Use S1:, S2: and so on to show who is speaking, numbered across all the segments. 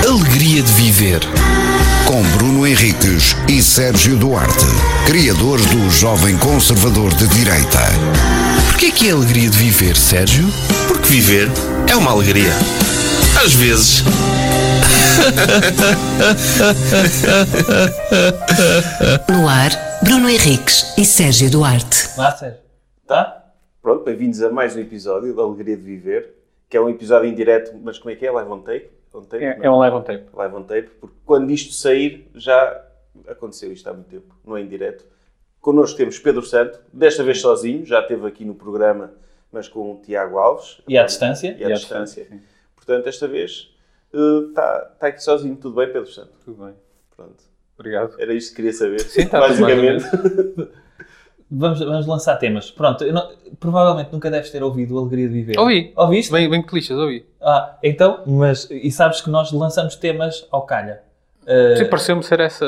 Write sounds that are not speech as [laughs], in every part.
S1: de viver.
S2: Com Bruno Henriques e Sérgio Duarte, criadores do Jovem Conservador de Direita.
S1: Porquê que é alegria de viver, Sérgio?
S3: Porque viver é uma alegria. Às vezes.
S4: No ar, Bruno Henriques e Sérgio Duarte.
S5: Tá? Pronto, bem-vindos a mais um episódio da Alegria de Viver, que é um episódio em direto, mas como é que é? Live on tape? On tape?
S6: É,
S5: Não.
S6: é um live on tape.
S5: Live on tape, porque quando isto sair, já aconteceu isto há muito tempo, não é em direto. Connosco temos Pedro Santo, desta vez sozinho, já esteve aqui no programa, mas com o Tiago Alves.
S6: E à distância?
S5: E à distância. Portanto, esta vez eh, está está aqui sozinho. Tudo bem, Pedro Santo?
S6: Tudo bem.
S5: Pronto.
S6: Obrigado.
S5: Era isto que queria saber.
S6: Sim, tá tudo
S5: Basicamente.
S7: Vamos, vamos lançar temas. Pronto, eu não- provavelmente nunca deves ter ouvido o Alegria de Viver.
S6: Ouvi.
S7: Ouviste?
S6: Bem, bem que lixas, ouvi.
S7: Ah, então, mas. E sabes que nós lançamos temas ao calha. Ah,
S6: Sim, pareceu-me ser essa.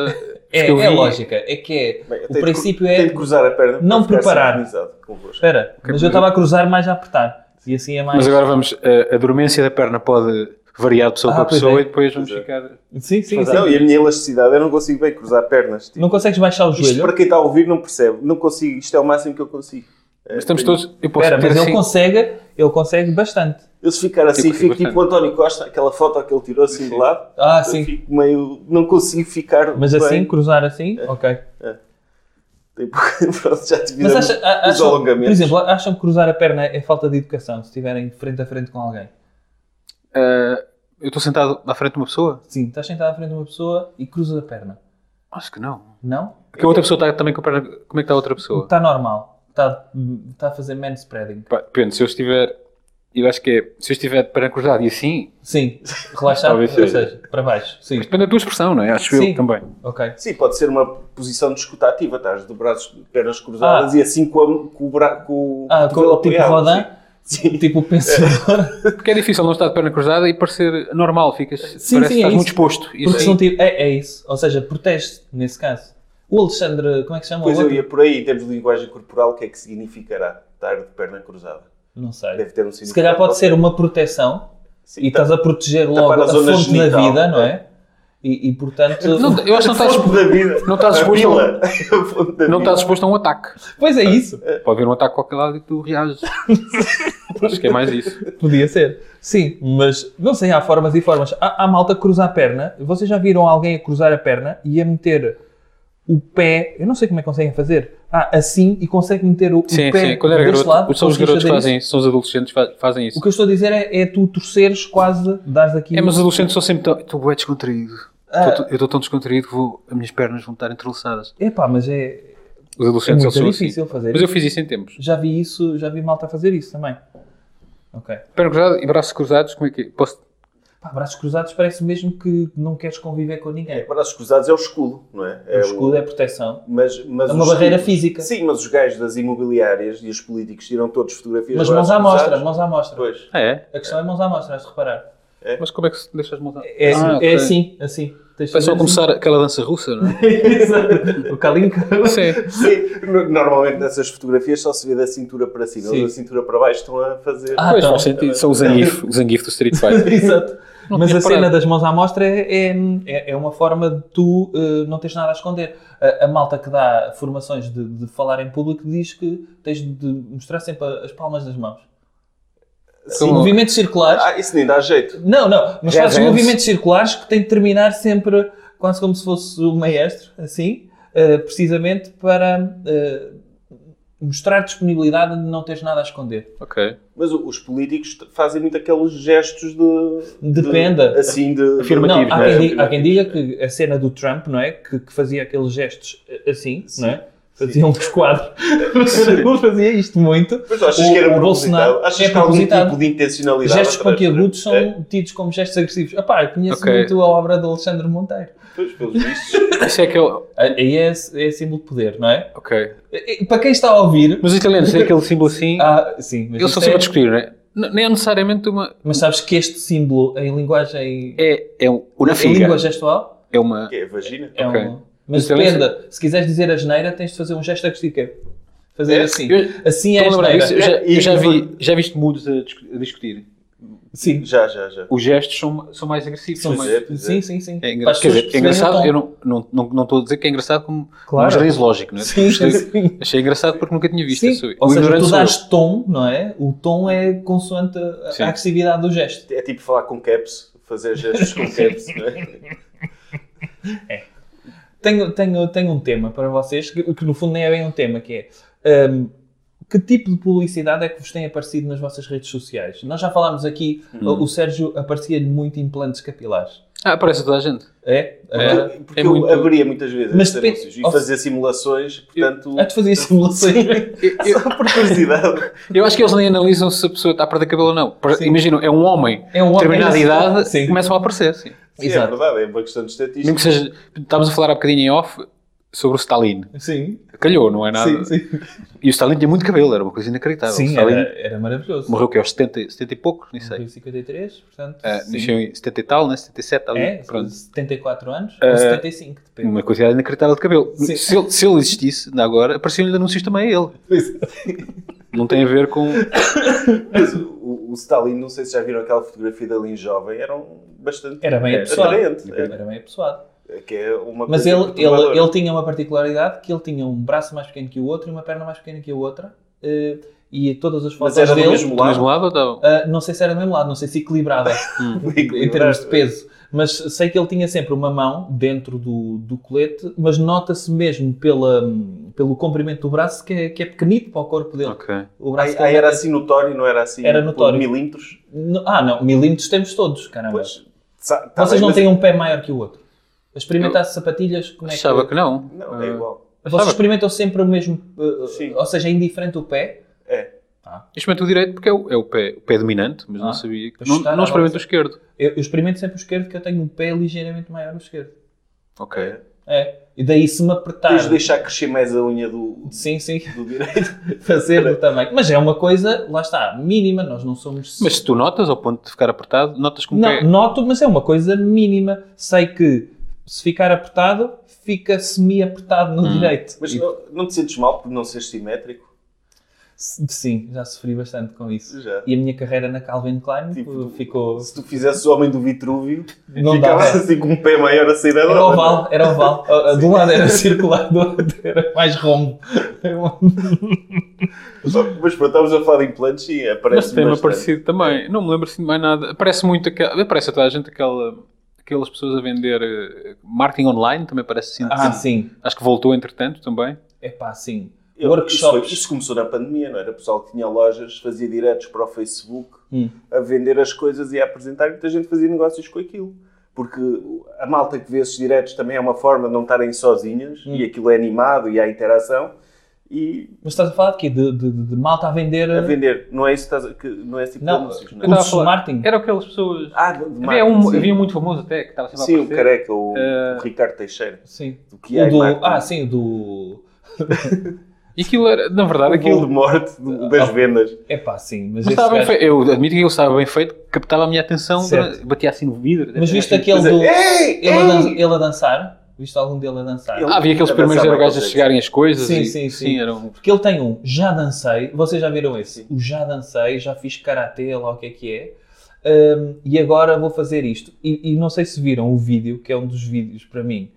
S7: é,
S6: que eu
S7: é
S6: vi.
S7: lógica. É que é.
S5: Bem, eu
S7: o
S5: tenho de cru-
S7: princípio
S5: Tenho
S7: é.
S5: de cruzar a perna para
S7: não
S5: ficar
S7: preparar.
S5: sincronizado convosco.
S7: Espera, mas eu estava a cruzar mais a apertar. E assim é mais.
S6: Mas agora vamos. A, a dormência da perna pode variar de pessoa
S7: Ah,
S6: para
S7: pois
S6: pessoa
S7: é.
S6: e depois vamos
S5: Pois é.
S6: ficar.
S7: Sim, sim,
S5: Mas, é
S7: sim.
S5: não, e a minha elasticidade, eu não consigo bem cruzar pernas. Tipo,
S7: Não consegues baixar o
S5: isto
S7: joelho?
S5: para quem está a ouvir não percebe. Não consigo, isto é o máximo que eu consigo. Eh,
S6: Mas estamos todos. Eu posso
S7: É, Espera,
S6: ter
S7: mas ele
S6: assim.
S7: consegue. Ele consegue bastante.
S5: Eu se ficar assim, fico
S6: consigo
S5: tipo o
S6: bastante.
S5: António Costa, aquela foto que ele tirou assim de lado.
S7: Ah,
S5: Eu
S7: sim.
S5: fico meio. Não consigo ficar.
S7: Mas
S5: bem. É.
S7: assim, cruzar assim, ok.
S5: Tipo, [laughs] pronto, já
S7: Mas
S5: te fizemos
S7: acha- a-
S5: os
S7: acham, por
S5: alongamentos.
S7: exemplo, acham que cruzar a perna é falta de educação se estiverem frente a frente com alguém?
S6: Ah, eu estou sentado à frente de uma pessoa?
S7: Sim, estás sentado à frente de uma pessoa e cruzas a perna.
S6: Acho que não.
S7: Não?
S6: Porque a outra pessoa está também com a perna. Como é que está a outra pessoa?
S7: Está normal. Está está a fazer man spreading.
S6: Pá, Depende, se eu estiver. Eu acho que é. Se eu estiver de perna cruzada e assim.
S7: Sim, [laughs] relaxado, ou
S6: Talvez seja.
S7: seja, para baixo. Sim,
S6: Depende da tua expressão, não é? Acho
S7: Sim.
S6: eu também.
S7: ok.
S5: Sim, pode ser uma posição de escuta ativa, estás de braços, pernas cruzadas e assim com, a, com o braço. Com o
S7: Ah, com,
S5: cotovelo
S7: tipo
S5: apoiado,
S7: Rodin,
S5: Sim. Sim.
S7: tipo pensador.
S6: Porque é difícil não estar de perna cruzada e parecer normal. Ficas.
S7: Sim,
S6: parece
S7: sim,
S6: que
S7: é
S6: estás
S7: isso.
S6: muito exposto. [laughs] Isso
S7: Porque se
S6: aí-
S7: não tiver- é, é isso. Ou seja, proteste nesse caso. O Alexandre, como é que se chama? o
S5: Pois eu
S7: outro?
S5: ia por aí, em termos de linguagem corporal, o que é que significará estar de perna cruzada?
S7: Não sei.
S5: Deve ter um
S7: Se calhar
S5: significado
S7: pode ser
S5: qualquer.
S7: uma proteção
S5: Sim,
S7: e
S5: tá-
S7: estás a proteger
S5: tapar
S7: logo
S5: a
S7: a
S5: zona
S7: fonte da
S5: genital,
S7: vida, não
S5: é?
S7: é? E, e, portanto.
S6: Não, eu acho que não estás.
S5: Fonte da vida.
S6: não estás
S5: A
S6: exposto a-
S5: pila. [laughs] A fonte da
S6: Não
S5: vida.
S6: estás exposto a um ataque.
S7: [laughs] Pois é isso.
S6: Pode haver um ataque a qualquer lado e tu reages.
S7: [laughs]
S6: Acho que é mais isso.
S7: Podia ser. Sim, mas não sei, há formas e formas. Há, há malta que cruza a perna. Vocês já viram alguém a cruzar a perna e a meter o pé, eu não sei como é que conseguem fazer, ah, assim e consegue meter o, o
S6: Sim,
S7: pé
S6: sim. Quando era
S7: deste
S6: garoto,
S7: lado.
S6: são os
S7: conseguiste
S6: garotos que
S7: fazer
S6: fazem isso, são os adolescentes que fa- fazem
S7: isso?
S6: isso.
S7: O que eu estou a dizer é, é tu torceres quase, dás aqui... um-
S6: É, mas os adolescentes são sempre tão. Estou bué descontraído.
S7: Ah.
S6: Tô- eu estou tão descontraído que vou, as minhas pernas vão estar entrelaçadas.
S7: Epá, mas é...
S6: Os
S7: É
S6: adolescentes
S7: muito
S6: são
S7: difícil
S6: assim.
S7: fazer
S6: Mas eu
S7: isso.
S6: fiz isso em tempos.
S7: Já vi isso, já vi malta a fazer isso também. Ok.
S6: Perna cruzada e braços cruzados, como é que é? Posso...
S7: Pá, braços cruzados parece mesmo que não queres conviver com ninguém.
S5: É, braços cruzados é o escudo, não é?
S7: o escudo é proteção.
S5: Mas, mas
S7: É uma
S5: os
S7: barreira
S5: tipos-
S7: física.
S5: Sim, mas os gajos das imobiliárias e os políticos tiram todos fotografias.
S7: Mas
S5: de
S7: mãos
S5: braços
S7: à mostra,
S5: cruzados.
S7: mãos à mostra.
S5: Pois.
S6: Ah, é?
S7: A questão é mãos à mostra, has de reparar.
S6: Mas como é que se deixa as mãos? à-
S7: É, assim,
S6: Ah,
S7: é
S6: ok.
S7: assim, assim. Tens de
S6: Vai só
S7: fazer assim.
S6: começar aquela dança russa,
S7: [laughs]
S6: não é?
S7: o Kalinka.
S6: Sim.
S5: Sim, no- normalmente nessas fotografias só se vê da cintura para cima,
S7: Sim.
S5: mas da cintura para baixo estão a fazer.
S7: Ah,
S6: pois
S7: então.
S6: faz sentido. São o Zangief, o Zangief do Street Fighter.
S7: [laughs] Exato.
S6: Não
S7: Mas
S6: tinha
S7: a cena
S6: reparado.
S7: das mãos à mostra é, é, é- é uma forma de tu eh, não tens nada a esconder. A, a malta que dá formações de, de falar em público diz que tens de mostrar sempre a- as palmas das mãos.
S5: Sim.
S7: Movimentos circulares.
S5: Ah, isso nem dá jeito.
S7: Não, não, mas
S6: Já
S7: fazes
S6: vence.
S7: movimentos circulares que tem de terminar sempre quase como se fosse um maestro, assim, eh, precisamente para eh, mostrar disponibilidade de não teres nada a esconder.
S6: [laughs] ok.
S5: Mas o- os políticos t- fazem muito aqueles gestos de.
S7: Dependa.
S5: de- assim, de.
S6: Afirmativos,
S7: não, há,
S6: não é?
S7: quem diga, há quem diga que a cena do Trump, não é? Que, que fazia aqueles gestos eh, assim, não é? Fazia um esquadro. Ele [laughs] fazia isto muito.
S5: Mas tu achas
S7: O-
S5: que era
S7: o Bolsonaro
S5: propositado? Achas
S7: é
S5: que há algum
S7: propositado.
S5: tipo de intencionalidade?
S7: Gestos
S5: atrás?
S7: pontiagudos são
S5: É,
S7: tidos como gestos agressivos. Apá, eu conheço
S6: Ok.
S7: muito a obra de Alexandre Monteiro.
S5: pois, pelos vistos.
S6: Isso é aquele.
S7: Aí é, é símbolo de poder, não é?
S6: Ok.
S7: Eh, eh, Para quem está a ouvir,
S6: Mas os italianos têm aquele símbolo assim.
S7: Ah, sim, mas,
S6: eles
S7: isto
S6: são sempre
S7: é-
S6: a discutir, não é? N- Nem é necessariamente uma.
S7: mas sabes que este símbolo em linguagem
S6: É, é um, uma
S7: em língua
S6: figa.
S7: gestual
S6: É uma.
S5: Que é a vagina?
S7: é
S6: Ok.
S7: um. Mas
S6: Mas também-
S7: dependa, se quiseres dizer asneira, tens de fazer um gesto acústico. que é Fazer
S5: É?
S7: assim.
S6: Eu-
S7: Assim é
S6: Estou a lembrar
S7: asneira.
S6: disso. Eu já,
S5: E-
S6: eu já
S5: e-
S6: vi já viste mudos a, discu- a discutir.
S7: Sim.
S5: Já, já, já.
S6: Os gestos são, são mais agressivos.
S7: São-
S5: Pois é, pois é.
S7: sim, sim, sim.
S6: É engra-
S7: Para as
S6: Quer
S7: pessoas
S6: dizer,
S7: perceberem o
S6: é engraçado,
S7: tom.
S6: eu não, não, não, não estou a dizer que é engraçado como
S7: Claro.
S6: mas leis lógico, não é?
S7: Sim,
S6: Achei-
S7: sim.
S6: Achei engraçado porque nunca tinha visto.
S7: Sim,
S6: isso.
S7: Ou
S6: O
S7: seja,
S6: ignorante
S7: tu
S6: sou eu.
S7: dás tom, não é? O tom é consoante a-
S6: Sim.
S7: a agressividade do gesto.
S5: É tipo falar com caps, fazer
S7: [laughs]
S5: gestos com caps, não é?
S7: Tenho, tenho, tenho um tema para vocês, que, que no fundo nem é bem um tema, que é hum, que tipo de publicidade é que vos tem aparecido nas vossas redes sociais? Nós já falámos aqui,
S6: Hum.
S7: o, o Sérgio aparecia-lhe muito implantes capilares.
S6: Ah, aparece toda a gente.
S7: É? Agora-
S5: Porque, porque
S6: é
S5: eu
S6: muito-
S5: abria muitas vezes
S7: Mas
S5: esses
S7: depende-
S5: anúncios e
S7: ou se-
S5: fazia simulações, portanto,
S7: Ah, tu fazias simulações.
S6: Eu,
S5: [laughs] só por curiosidade.
S6: eu acho que eles nem analisam se a pessoa está a perder cabelo ou não. Para-
S7: Sim.
S6: Imaginam, é um homem.
S7: É um homem,
S6: Determinada
S7: é isso.
S6: idade,
S7: Sim.
S6: começam a aparecer. Sim.
S5: Sim, é
S7: Exato.
S5: verdade, é uma questão de estatística.
S6: Mesmo que seja. Estávamos a falar há bocadinho em off sobre o Stalin.
S7: Sim,
S6: Calhou, não é nada. Tá
S7: sim, sim.
S6: E o Stalin tinha muito cabelo, era uma coisa inacreditável. o
S7: Sim,
S6: Stalin
S7: era, era maravilhoso.
S6: morreu que aos 70, 70 e poucos, nem sei.
S7: Morreu em 53, portanto.
S6: Ah,
S7: sim.
S6: nasceu em 70 e tal, né? 77, ali.
S7: É,
S6: pronto. É,
S7: 74 anos ou 75, depende.
S6: Uma quantidade inacreditável de cabelo.
S7: Sim.
S6: Se ele, se ele existisse ainda agora, apareciam-lhe anúncios também a ele. Não tem a ver com.
S5: Mas o- o, o Stalin, não sei se já viram aquela fotografia dele em jovem, era um bastante
S7: Era
S6: é,
S7: bem apessoado.
S5: atraente.
S7: Era bem apessoado.
S5: é- que é uma
S7: Mas ele,
S5: coisa
S7: ele,
S5: perturbadora.
S7: ele tinha uma particularidade que ele tinha um braço mais pequeno que o outro e uma perna mais pequena que a outra. eh, E todas as fotos
S5: era do
S7: dele,
S5: mesmo
S6: Do
S5: lado?
S6: mesmo lado, dá-
S7: ah, não sei se era do mesmo lado, não sei se
S5: [laughs]
S7: equilibrava em termos de peso. Mas sei que ele tinha sempre uma mão dentro do, do colete, mas nota-se mesmo pela, pelo comprimento do braço que é, que é pequenito para o corpo dele.
S6: Ok.
S7: O braço
S5: Aí,
S7: dele
S5: aí era
S7: é-
S5: assim notório, não era assim
S7: Era notório.
S5: por milímetros?
S7: Não- Ah, não, milímetros temos todos, caramba.
S5: Pois, sa- tá
S7: Vocês
S5: bem,
S7: não
S5: mas-
S7: têm um pé maior que o outro? Experimentaste sapatilhas, como é que...
S6: Achava que não.
S5: Não, é
S6: Ah,
S5: igual.
S7: Vocês
S6: achava.
S7: experimentam sempre o mesmo... uh, uh,
S5: Sim. Tá.
S7: Ou seja, é indiferente o pé?
S5: É,
S6: Eu experimento o direito porque é o, é o pé, o pé dominante, mas
S7: Ah.
S6: não sabia. que-
S7: Para
S6: Não,
S7: chutar
S6: não
S7: à
S6: experimento o
S7: volta.
S6: esquerdo.
S7: Eu, eu experimento sempre o esquerdo, que eu tenho um pé ligeiramente maior no esquerdo.
S6: Ok.
S7: É. E daí se me apertar...
S5: Tens de deixar crescer mais a unha do,
S7: Sim, sim. [laughs]
S5: do direito.
S7: Fazer do tamanho. Mas é uma coisa, lá está, mínima. Nós não somos...
S6: Mas se tu notas ao ponto de ficar apertado, notas
S5: um
S6: como o
S7: Não,
S6: pé.
S7: noto, mas é uma coisa mínima. Sei que se ficar apertado, fica semi-apertado no direito.
S5: Mas
S7: E-
S5: não, não te sentes mal por não ser simétrico?
S7: Sim, já sofri bastante com isso.
S5: Já.
S7: E a minha carreira na Calvin Klein
S5: Tipo,
S7: ficou.
S5: Se tu fizesses o homem do Vitrúvio,
S7: Não
S5: ficavas
S7: dava.
S5: assim com um pé maior a sair da
S7: Era
S5: lama.
S7: oval, era
S5: [laughs]
S7: oval. Ah, ah, De um lado era circular, do outro era mais rombo.
S5: Mas pronto, estávamos a falar de implantes e
S6: Mas
S5: aparece
S6: tem-me aparecido
S7: É.
S6: também. Não me lembro assim de mais nada. Aparece muito aquela. Aparece a toda a gente aquela. Aquelas pessoas a vender eh, marketing online também parece assim.
S7: Ah, sim.
S6: Acho que voltou entretanto também.
S7: É pá, sim.
S5: Eu- Isso, foi-
S7: Workshops.
S5: isso começou na pandemia, não era? O pessoal que tinha lojas, fazia diretos para o Facebook,
S7: Hum.
S5: a vender as coisas e a apresentar, e muita gente fazia negócios com aquilo. Porque a malta que vê esses diretos também é uma forma de não estarem sozinhas,
S7: Hum.
S5: e aquilo é animado e há interação, e
S7: Mas estás a falar de quê? De, de, de malta a vender. eh,
S5: a vender. Não é isso que estás a- que não é esse tipo
S7: Hum. Não,
S5: de anúncios,
S7: eu
S5: não é?
S7: tava- Martin.
S6: Era aquelas pessoas.
S5: Ah, de- de
S6: havia,
S5: marketing,
S6: um,
S5: sim.
S6: havia um muito famoso até que estava sempre
S5: Sim,
S6: a
S5: o
S6: aparecer.
S5: Careca, o,
S6: Eh,
S5: o Ricardo Teixeira.
S7: Sim.
S5: Do que é
S7: O do...
S5: marketing.
S7: Ah, sim, o do.
S6: E aquilo era, na verdade,
S5: O
S6: aquilo.
S5: bolo de morte do- das
S7: Ah.
S5: vendas.
S7: É pá, sim. Mas,
S6: Mas
S7: esse
S6: estava bem
S7: gajo-
S6: feito. Eu admito que aquilo estava bem feito, captava a minha atenção,
S7: Certo.
S6: durante- batia assim no vidro.
S7: mas
S6: Era
S7: viste
S6: assim.
S7: aquele do.
S5: Ei,
S7: Ele a, dan- ele a dançar? Viste algum dele a dançar?
S5: Ele-
S6: Ah, havia aqueles
S5: A
S6: primeiros
S5: dançar
S6: eram
S5: Michael
S6: gajos a
S5: Jackson.
S6: chegarem as coisas.
S7: assim. Sim, sim,
S6: e-
S7: sim.
S6: era um-
S7: Porque ele tem um Já Dancei, vocês já viram esse? O Já Dancei, já fiz karatê, lá o que é que é. hum, e agora vou fazer isto. E, e não sei se viram o vídeo, que é um dos vídeos para mim,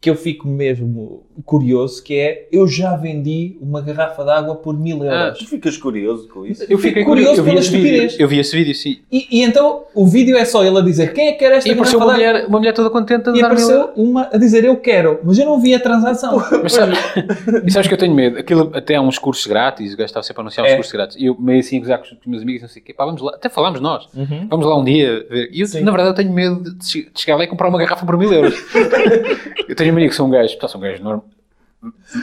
S7: que eu fico mesmo curioso, que é eu já vendi uma garrafa de água por mil
S5: Tu
S7: euros.
S5: ficas curioso com isso?
S6: Ah. Eu
S7: fico
S6: fiquei
S7: curioso
S6: eu vi
S7: pela
S6: esse vídeo.
S7: estupidez.
S6: Eu vi esse vídeo, sim.
S7: E, e então o vídeo é só ele a dizer quem é que quer esta
S6: E apareceu
S7: garrafa
S6: uma
S7: de água?
S6: mulher, uma mulher toda contente de
S7: E
S6: dar
S7: apareceu uma a dizer eu quero, mas eu não vi a transação.
S6: Mas sabes, e sabes que eu tenho medo? Aquilo até há uns cursos grátis, o gajo estava sempre a anunciar uns
S7: É.
S6: cursos grátis. E eu meio assim a gozar com os meus amigos, não sei o quê. Pá, vamos lá, até falámos nós. Vamos lá um dia ver. E eu, na verdade, eu tenho medo de che- de chegar lá e comprar uma garrafa por
S7: [laughs]
S6: mil euros. eu tenho medo que são um gajo, pá, são um gajo enorme.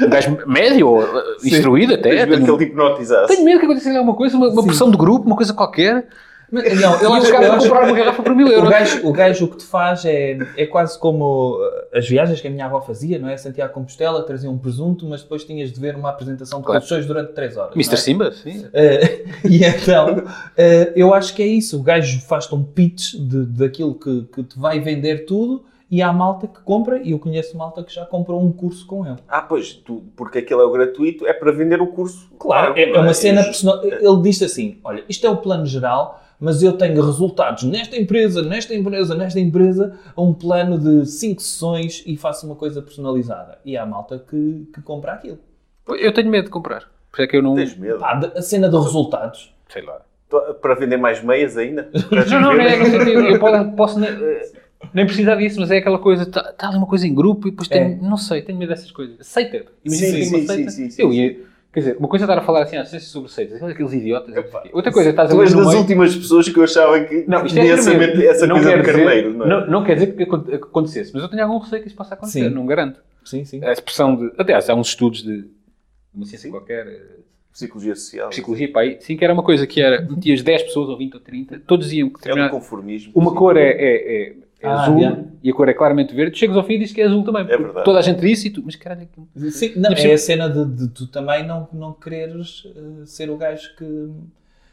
S6: Um gajo médio, ou, uh, instruído até.
S5: Tens medo
S7: é
S6: Tenho,
S5: que ele te hipnotizasse.
S6: tenho medo que aconteça alguma coisa, uma, uma pressão de grupo, uma coisa qualquer.
S7: Mas, não,
S6: E
S7: eu
S6: eu
S7: acho-
S6: chegava
S7: eu
S6: a
S7: acho-
S6: comprar uma garrafa por mil
S7: O
S6: euros.
S7: gajo, o gajo o que te faz é, é quase como uh, as viagens que a minha avó fazia, não é? Santiago de Compostela, trazia um presunto, mas depois tinhas de ver uma apresentação de
S6: Claro.
S7: colchões durante 3 horas. não
S6: Mr.
S7: é?
S6: Simba, sim.
S7: Uh, [laughs] e então, uh, eu acho que é isso. O gajo faz-te um pitch de, daquilo que, que te vai vender tudo e há malta que compra, e eu conheço malta que já comprou um curso com ele.
S5: Ah, pois, tu- porque aquilo é o gratuito, é para vender o curso.
S7: Claro, é, é
S5: não
S7: uma cena
S5: É justo.
S7: personal. Ele diz assim: olha, isto é o plano geral, mas eu tenho resultados nesta empresa, nesta empresa, nesta empresa, a um plano de 5 sessões e faço uma coisa personalizada. E há malta que, que compra aquilo.
S6: Eu tenho medo de comprar. Por isso é que eu não.
S5: Tens medo?
S7: Pá, de- a cena de resultados.
S6: Sei lá.
S5: Tô- Para vender mais meias ainda? Para
S6: [laughs] Não, não, não é
S5: vender?
S6: no sentido. Eu posso, posso ne- eh, nem precisar disso, mas é aquela coisa. Está tá ali uma coisa em grupo e depois tenho. Não sei, tenho medo dessas coisas. Seita. Imagina
S5: É. Sim,
S6: que tem uma
S5: sim,
S6: seita.
S5: sim, sim, sim,
S6: Eu ia. Quer dizer, uma coisa é estar a falar assim, ah, sei se sobre seitas, aqueles idiotas. não sei o quê. Outra coisa é estás
S5: Tu
S6: ali
S5: és
S6: no
S5: das
S6: meio.
S5: últimas pessoas que eu achava que
S6: Não, isto é
S5: tinha essa,
S6: tremendo.
S5: mente- essa
S6: Não
S5: coisa
S6: quer
S5: do
S6: dizer-
S5: carneiro, não é?
S6: não, não quer dizer que acon- acontecesse, mas eu tenho algum receio que isso possa
S7: Sim.
S6: acontecer, não garanto.
S7: Sim, sim.
S6: A expressão de. Aliás, há uns estudos de. Uma ciência qualquer, eh,
S5: Psicologia social. É
S6: psicologia, pá, aí, sim, que era uma coisa que era. Metias 10 pessoas ou 20 ou 30, todos diziam
S5: É
S6: que
S5: do
S6: determinado.
S5: conformismo.
S6: Uma
S5: Sim.
S6: cor é, é- é- é
S7: Ah,
S6: azul
S7: yeah.
S6: e a cor é claramente verde, tu chegas ao fim e dizes que é azul também. porque
S5: verdade.
S6: Toda a gente disse e tu. Mas caralho, aquilo-
S7: Sim, não,
S6: E por
S7: é
S6: cima-
S7: a cena de, de tu também não, não quereres eh, ser o gajo que.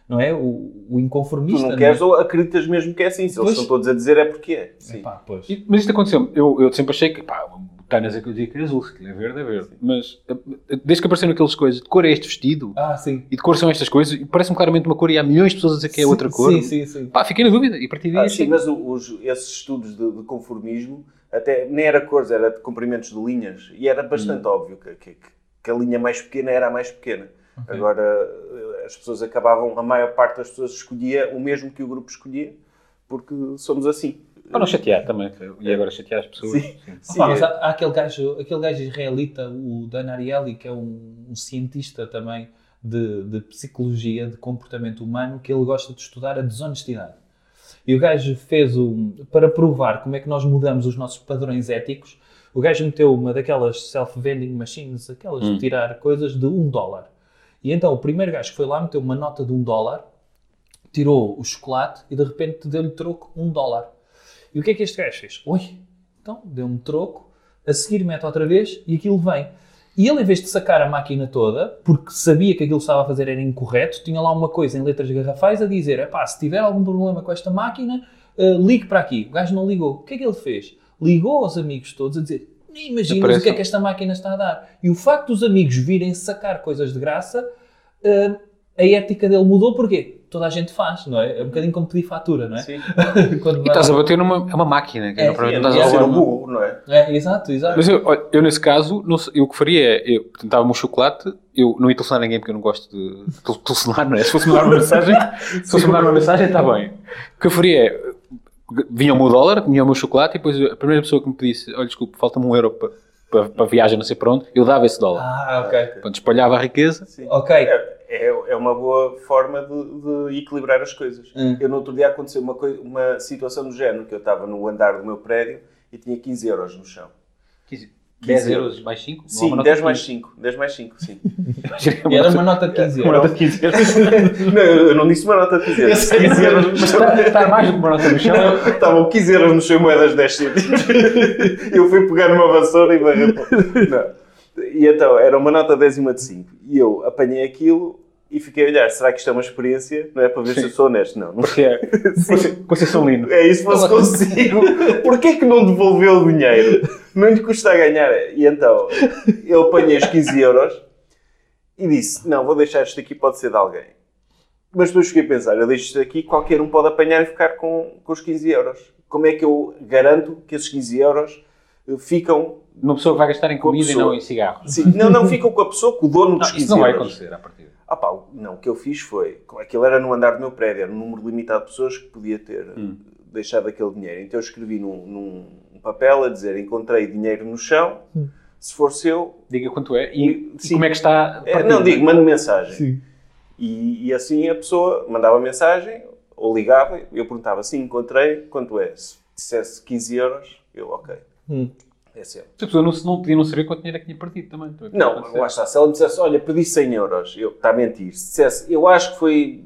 S7: Não é? O, o
S5: Tu
S7: inconformista.
S5: não queres
S7: é?
S5: ou acreditas mesmo que é assim? Se eles
S7: Pois.
S5: estão todos a dizer é porque é. Sim.
S7: Epá, pois.
S6: E- Mas isto aconteceu eu, eu sempre achei que, pá, botanas é que eu dizia que é azul, se aquilo é verde, é verde. Mas eh, desde que apareceram aquelas coisas, de cor é este vestido?
S7: Ah, sim.
S6: e de cor são estas coisas, e parece-me claramente uma cor e há milhões de pessoas a dizer que é
S7: Sim,
S6: outra cor.
S7: Sim, sim, sim.
S6: Pá, fiquei na dúvida e a partir daí
S5: Ah, sim,
S6: achei-
S5: mas o- os- esses estudos de, de conformismo até nem era cores, era de comprimentos de linhas e era bastante
S7: Hum.
S5: óbvio que, que- que a linha mais pequena era a mais pequena. Agora eh, as pessoas acabavam, a maior parte das pessoas escolhia o mesmo que o grupo escolhia, porque somos assim.
S6: Para não chatear também, e agora chatear as pessoas. Sim.
S5: Sim,
S7: Pá, mas
S5: é.
S7: há, há aquele, gajo, aquele gajo israelita, o Dan Ariely, que é um, um cientista também de, de psicologia, de comportamento humano, que ele gosta de estudar a desonestidade. E o gajo fez um. Para provar como é que nós mudamos os nossos padrões éticos, o gajo meteu uma daquelas self-vending machines, aquelas de tirar coisas de um dólar. E então o primeiro gajo que foi lá meteu uma nota de um dólar, tirou o chocolate e de repente deu-lhe troco um dólar. E o que é que este gajo fez? Oi, então deu-me troco, a seguir mete outra vez e aquilo vem. E ele, em vez de sacar a máquina toda, porque sabia que aquilo que estava a fazer era incorreto, tinha lá uma coisa em letras garrafais a dizer: "Epá, se tiver algum problema com esta máquina, eh, ligue para aqui. O gajo não ligou. O que é que ele fez? Ligou aos amigos todos a dizer: nem imaginas
S6: Apareçam.
S7: o que é que esta máquina está a dar. E o facto dos amigos virem sacar coisas de graça, eh, a ética dele mudou porque toda a gente faz, não é? É um bocadinho como pedir fatura, não é?
S5: Sim.
S7: [laughs] Quando
S6: E
S7: vai-
S6: estás a bater numa é uma máquina, que
S7: É,
S6: não,
S5: Sim,
S6: provavelmente
S5: é,
S6: estás a
S5: ser
S6: roubar
S5: o
S6: uma-
S5: burro, não é?
S7: É, exato, exato.
S6: Mas eu, olha, eu, nesse caso, não sei- eu, o que faria é, eu tentava um chocolate, eu não ia telefonar a ninguém porque eu não gosto de tel- telefonar, não é? Se fosse mandar uma
S7: [laughs]
S6: mensagem, se fosse mandar uma mensagem, está bem. O que eu faria é, vinha o meu dólar, vinha o meu chocolate e depois a primeira pessoa que me pedisse, olha, desculpe, falta-me um euro para, para, para a viagem, não sei para onde, eu dava esse dólar.
S7: Ah, ok.
S6: Portanto, espalhava a riqueza.
S5: Sim.
S7: Ok.
S5: É, é, é uma boa forma de, de equilibrar as coisas.
S7: Hum.
S5: Eu no outro dia aconteceu uma, coi- uma situação do género, que eu estava no andar do meu prédio e tinha 15 euros no chão.
S6: 10 euros mais 5?
S5: Sim, 10 mais 5. 10 mais 5, sim.
S7: E era uma nota de 15 euros.
S5: de 15 euros. não, eu não disse uma nota de 15 euros. 15 euros no chão.
S6: Está, mais do que uma nota no
S7: [laughs]
S6: chão.
S5: Não, Estavam 15 euros no chão e moedas de 10 cêntimos. [laughs] eu fui pegar numa vassoura e barrei. para- Não. E então, era uma nota décima de 5. E eu apanhei aquilo e fiquei a olhar. Será que isto é uma experiência? Não é para ver se eu sou honesto? Não, não
S6: Porque é. Conce- Conceição Lino.
S5: É isso, fosse consigo. Porquê que não devolveu o dinheiro? Não lhe custa a ganhar. E então, eu apanhei os 15 euros e disse, não, vou deixar isto aqui, pode ser de alguém. Mas depois fiquei a pensar, eu deixo isto aqui, qualquer um pode apanhar e ficar com, com os 15 euros. Como é que eu garanto que esses 15 euros eh, ficam...
S6: Uma pessoa que vai gastar em
S5: Com a
S6: comida e
S5: pessoa.
S6: não em cigarros.
S5: Sim, não, não ficam com a pessoa, com o dono dos
S6: Não,
S5: 15
S6: isso não vai
S5: euros.
S6: acontecer à partida.
S5: Ah pá, não, o que eu fiz foi, aquilo era no andar do meu prédio, era um número limitado de pessoas que podia ter deixado aquele dinheiro. Então eu escrevi num, num- num papel a dizer, encontrei dinheiro no chão,
S7: Hum.
S5: se for seu...
S6: Diga quanto é e, e
S5: Sim.
S6: como é que está. a
S5: É,
S6: partida.
S5: não, digo, mando mensagem.
S7: Sim.
S5: E, e assim a pessoa mandava mensagem, ou ligava, eu perguntava, sim, encontrei, quanto é? Se dissesse 15 euros, eu, ok,
S7: Hum.
S5: é seu.
S6: Se a pessoa não, se não podia não saber quanto dinheiro é que tinha partido também. também pode
S5: Não,
S6: acontecer.
S5: lá está. Se ela me dissesse, olha, perdi 100 euros, eu, está a mentir. Se dissesse, eu acho que foi,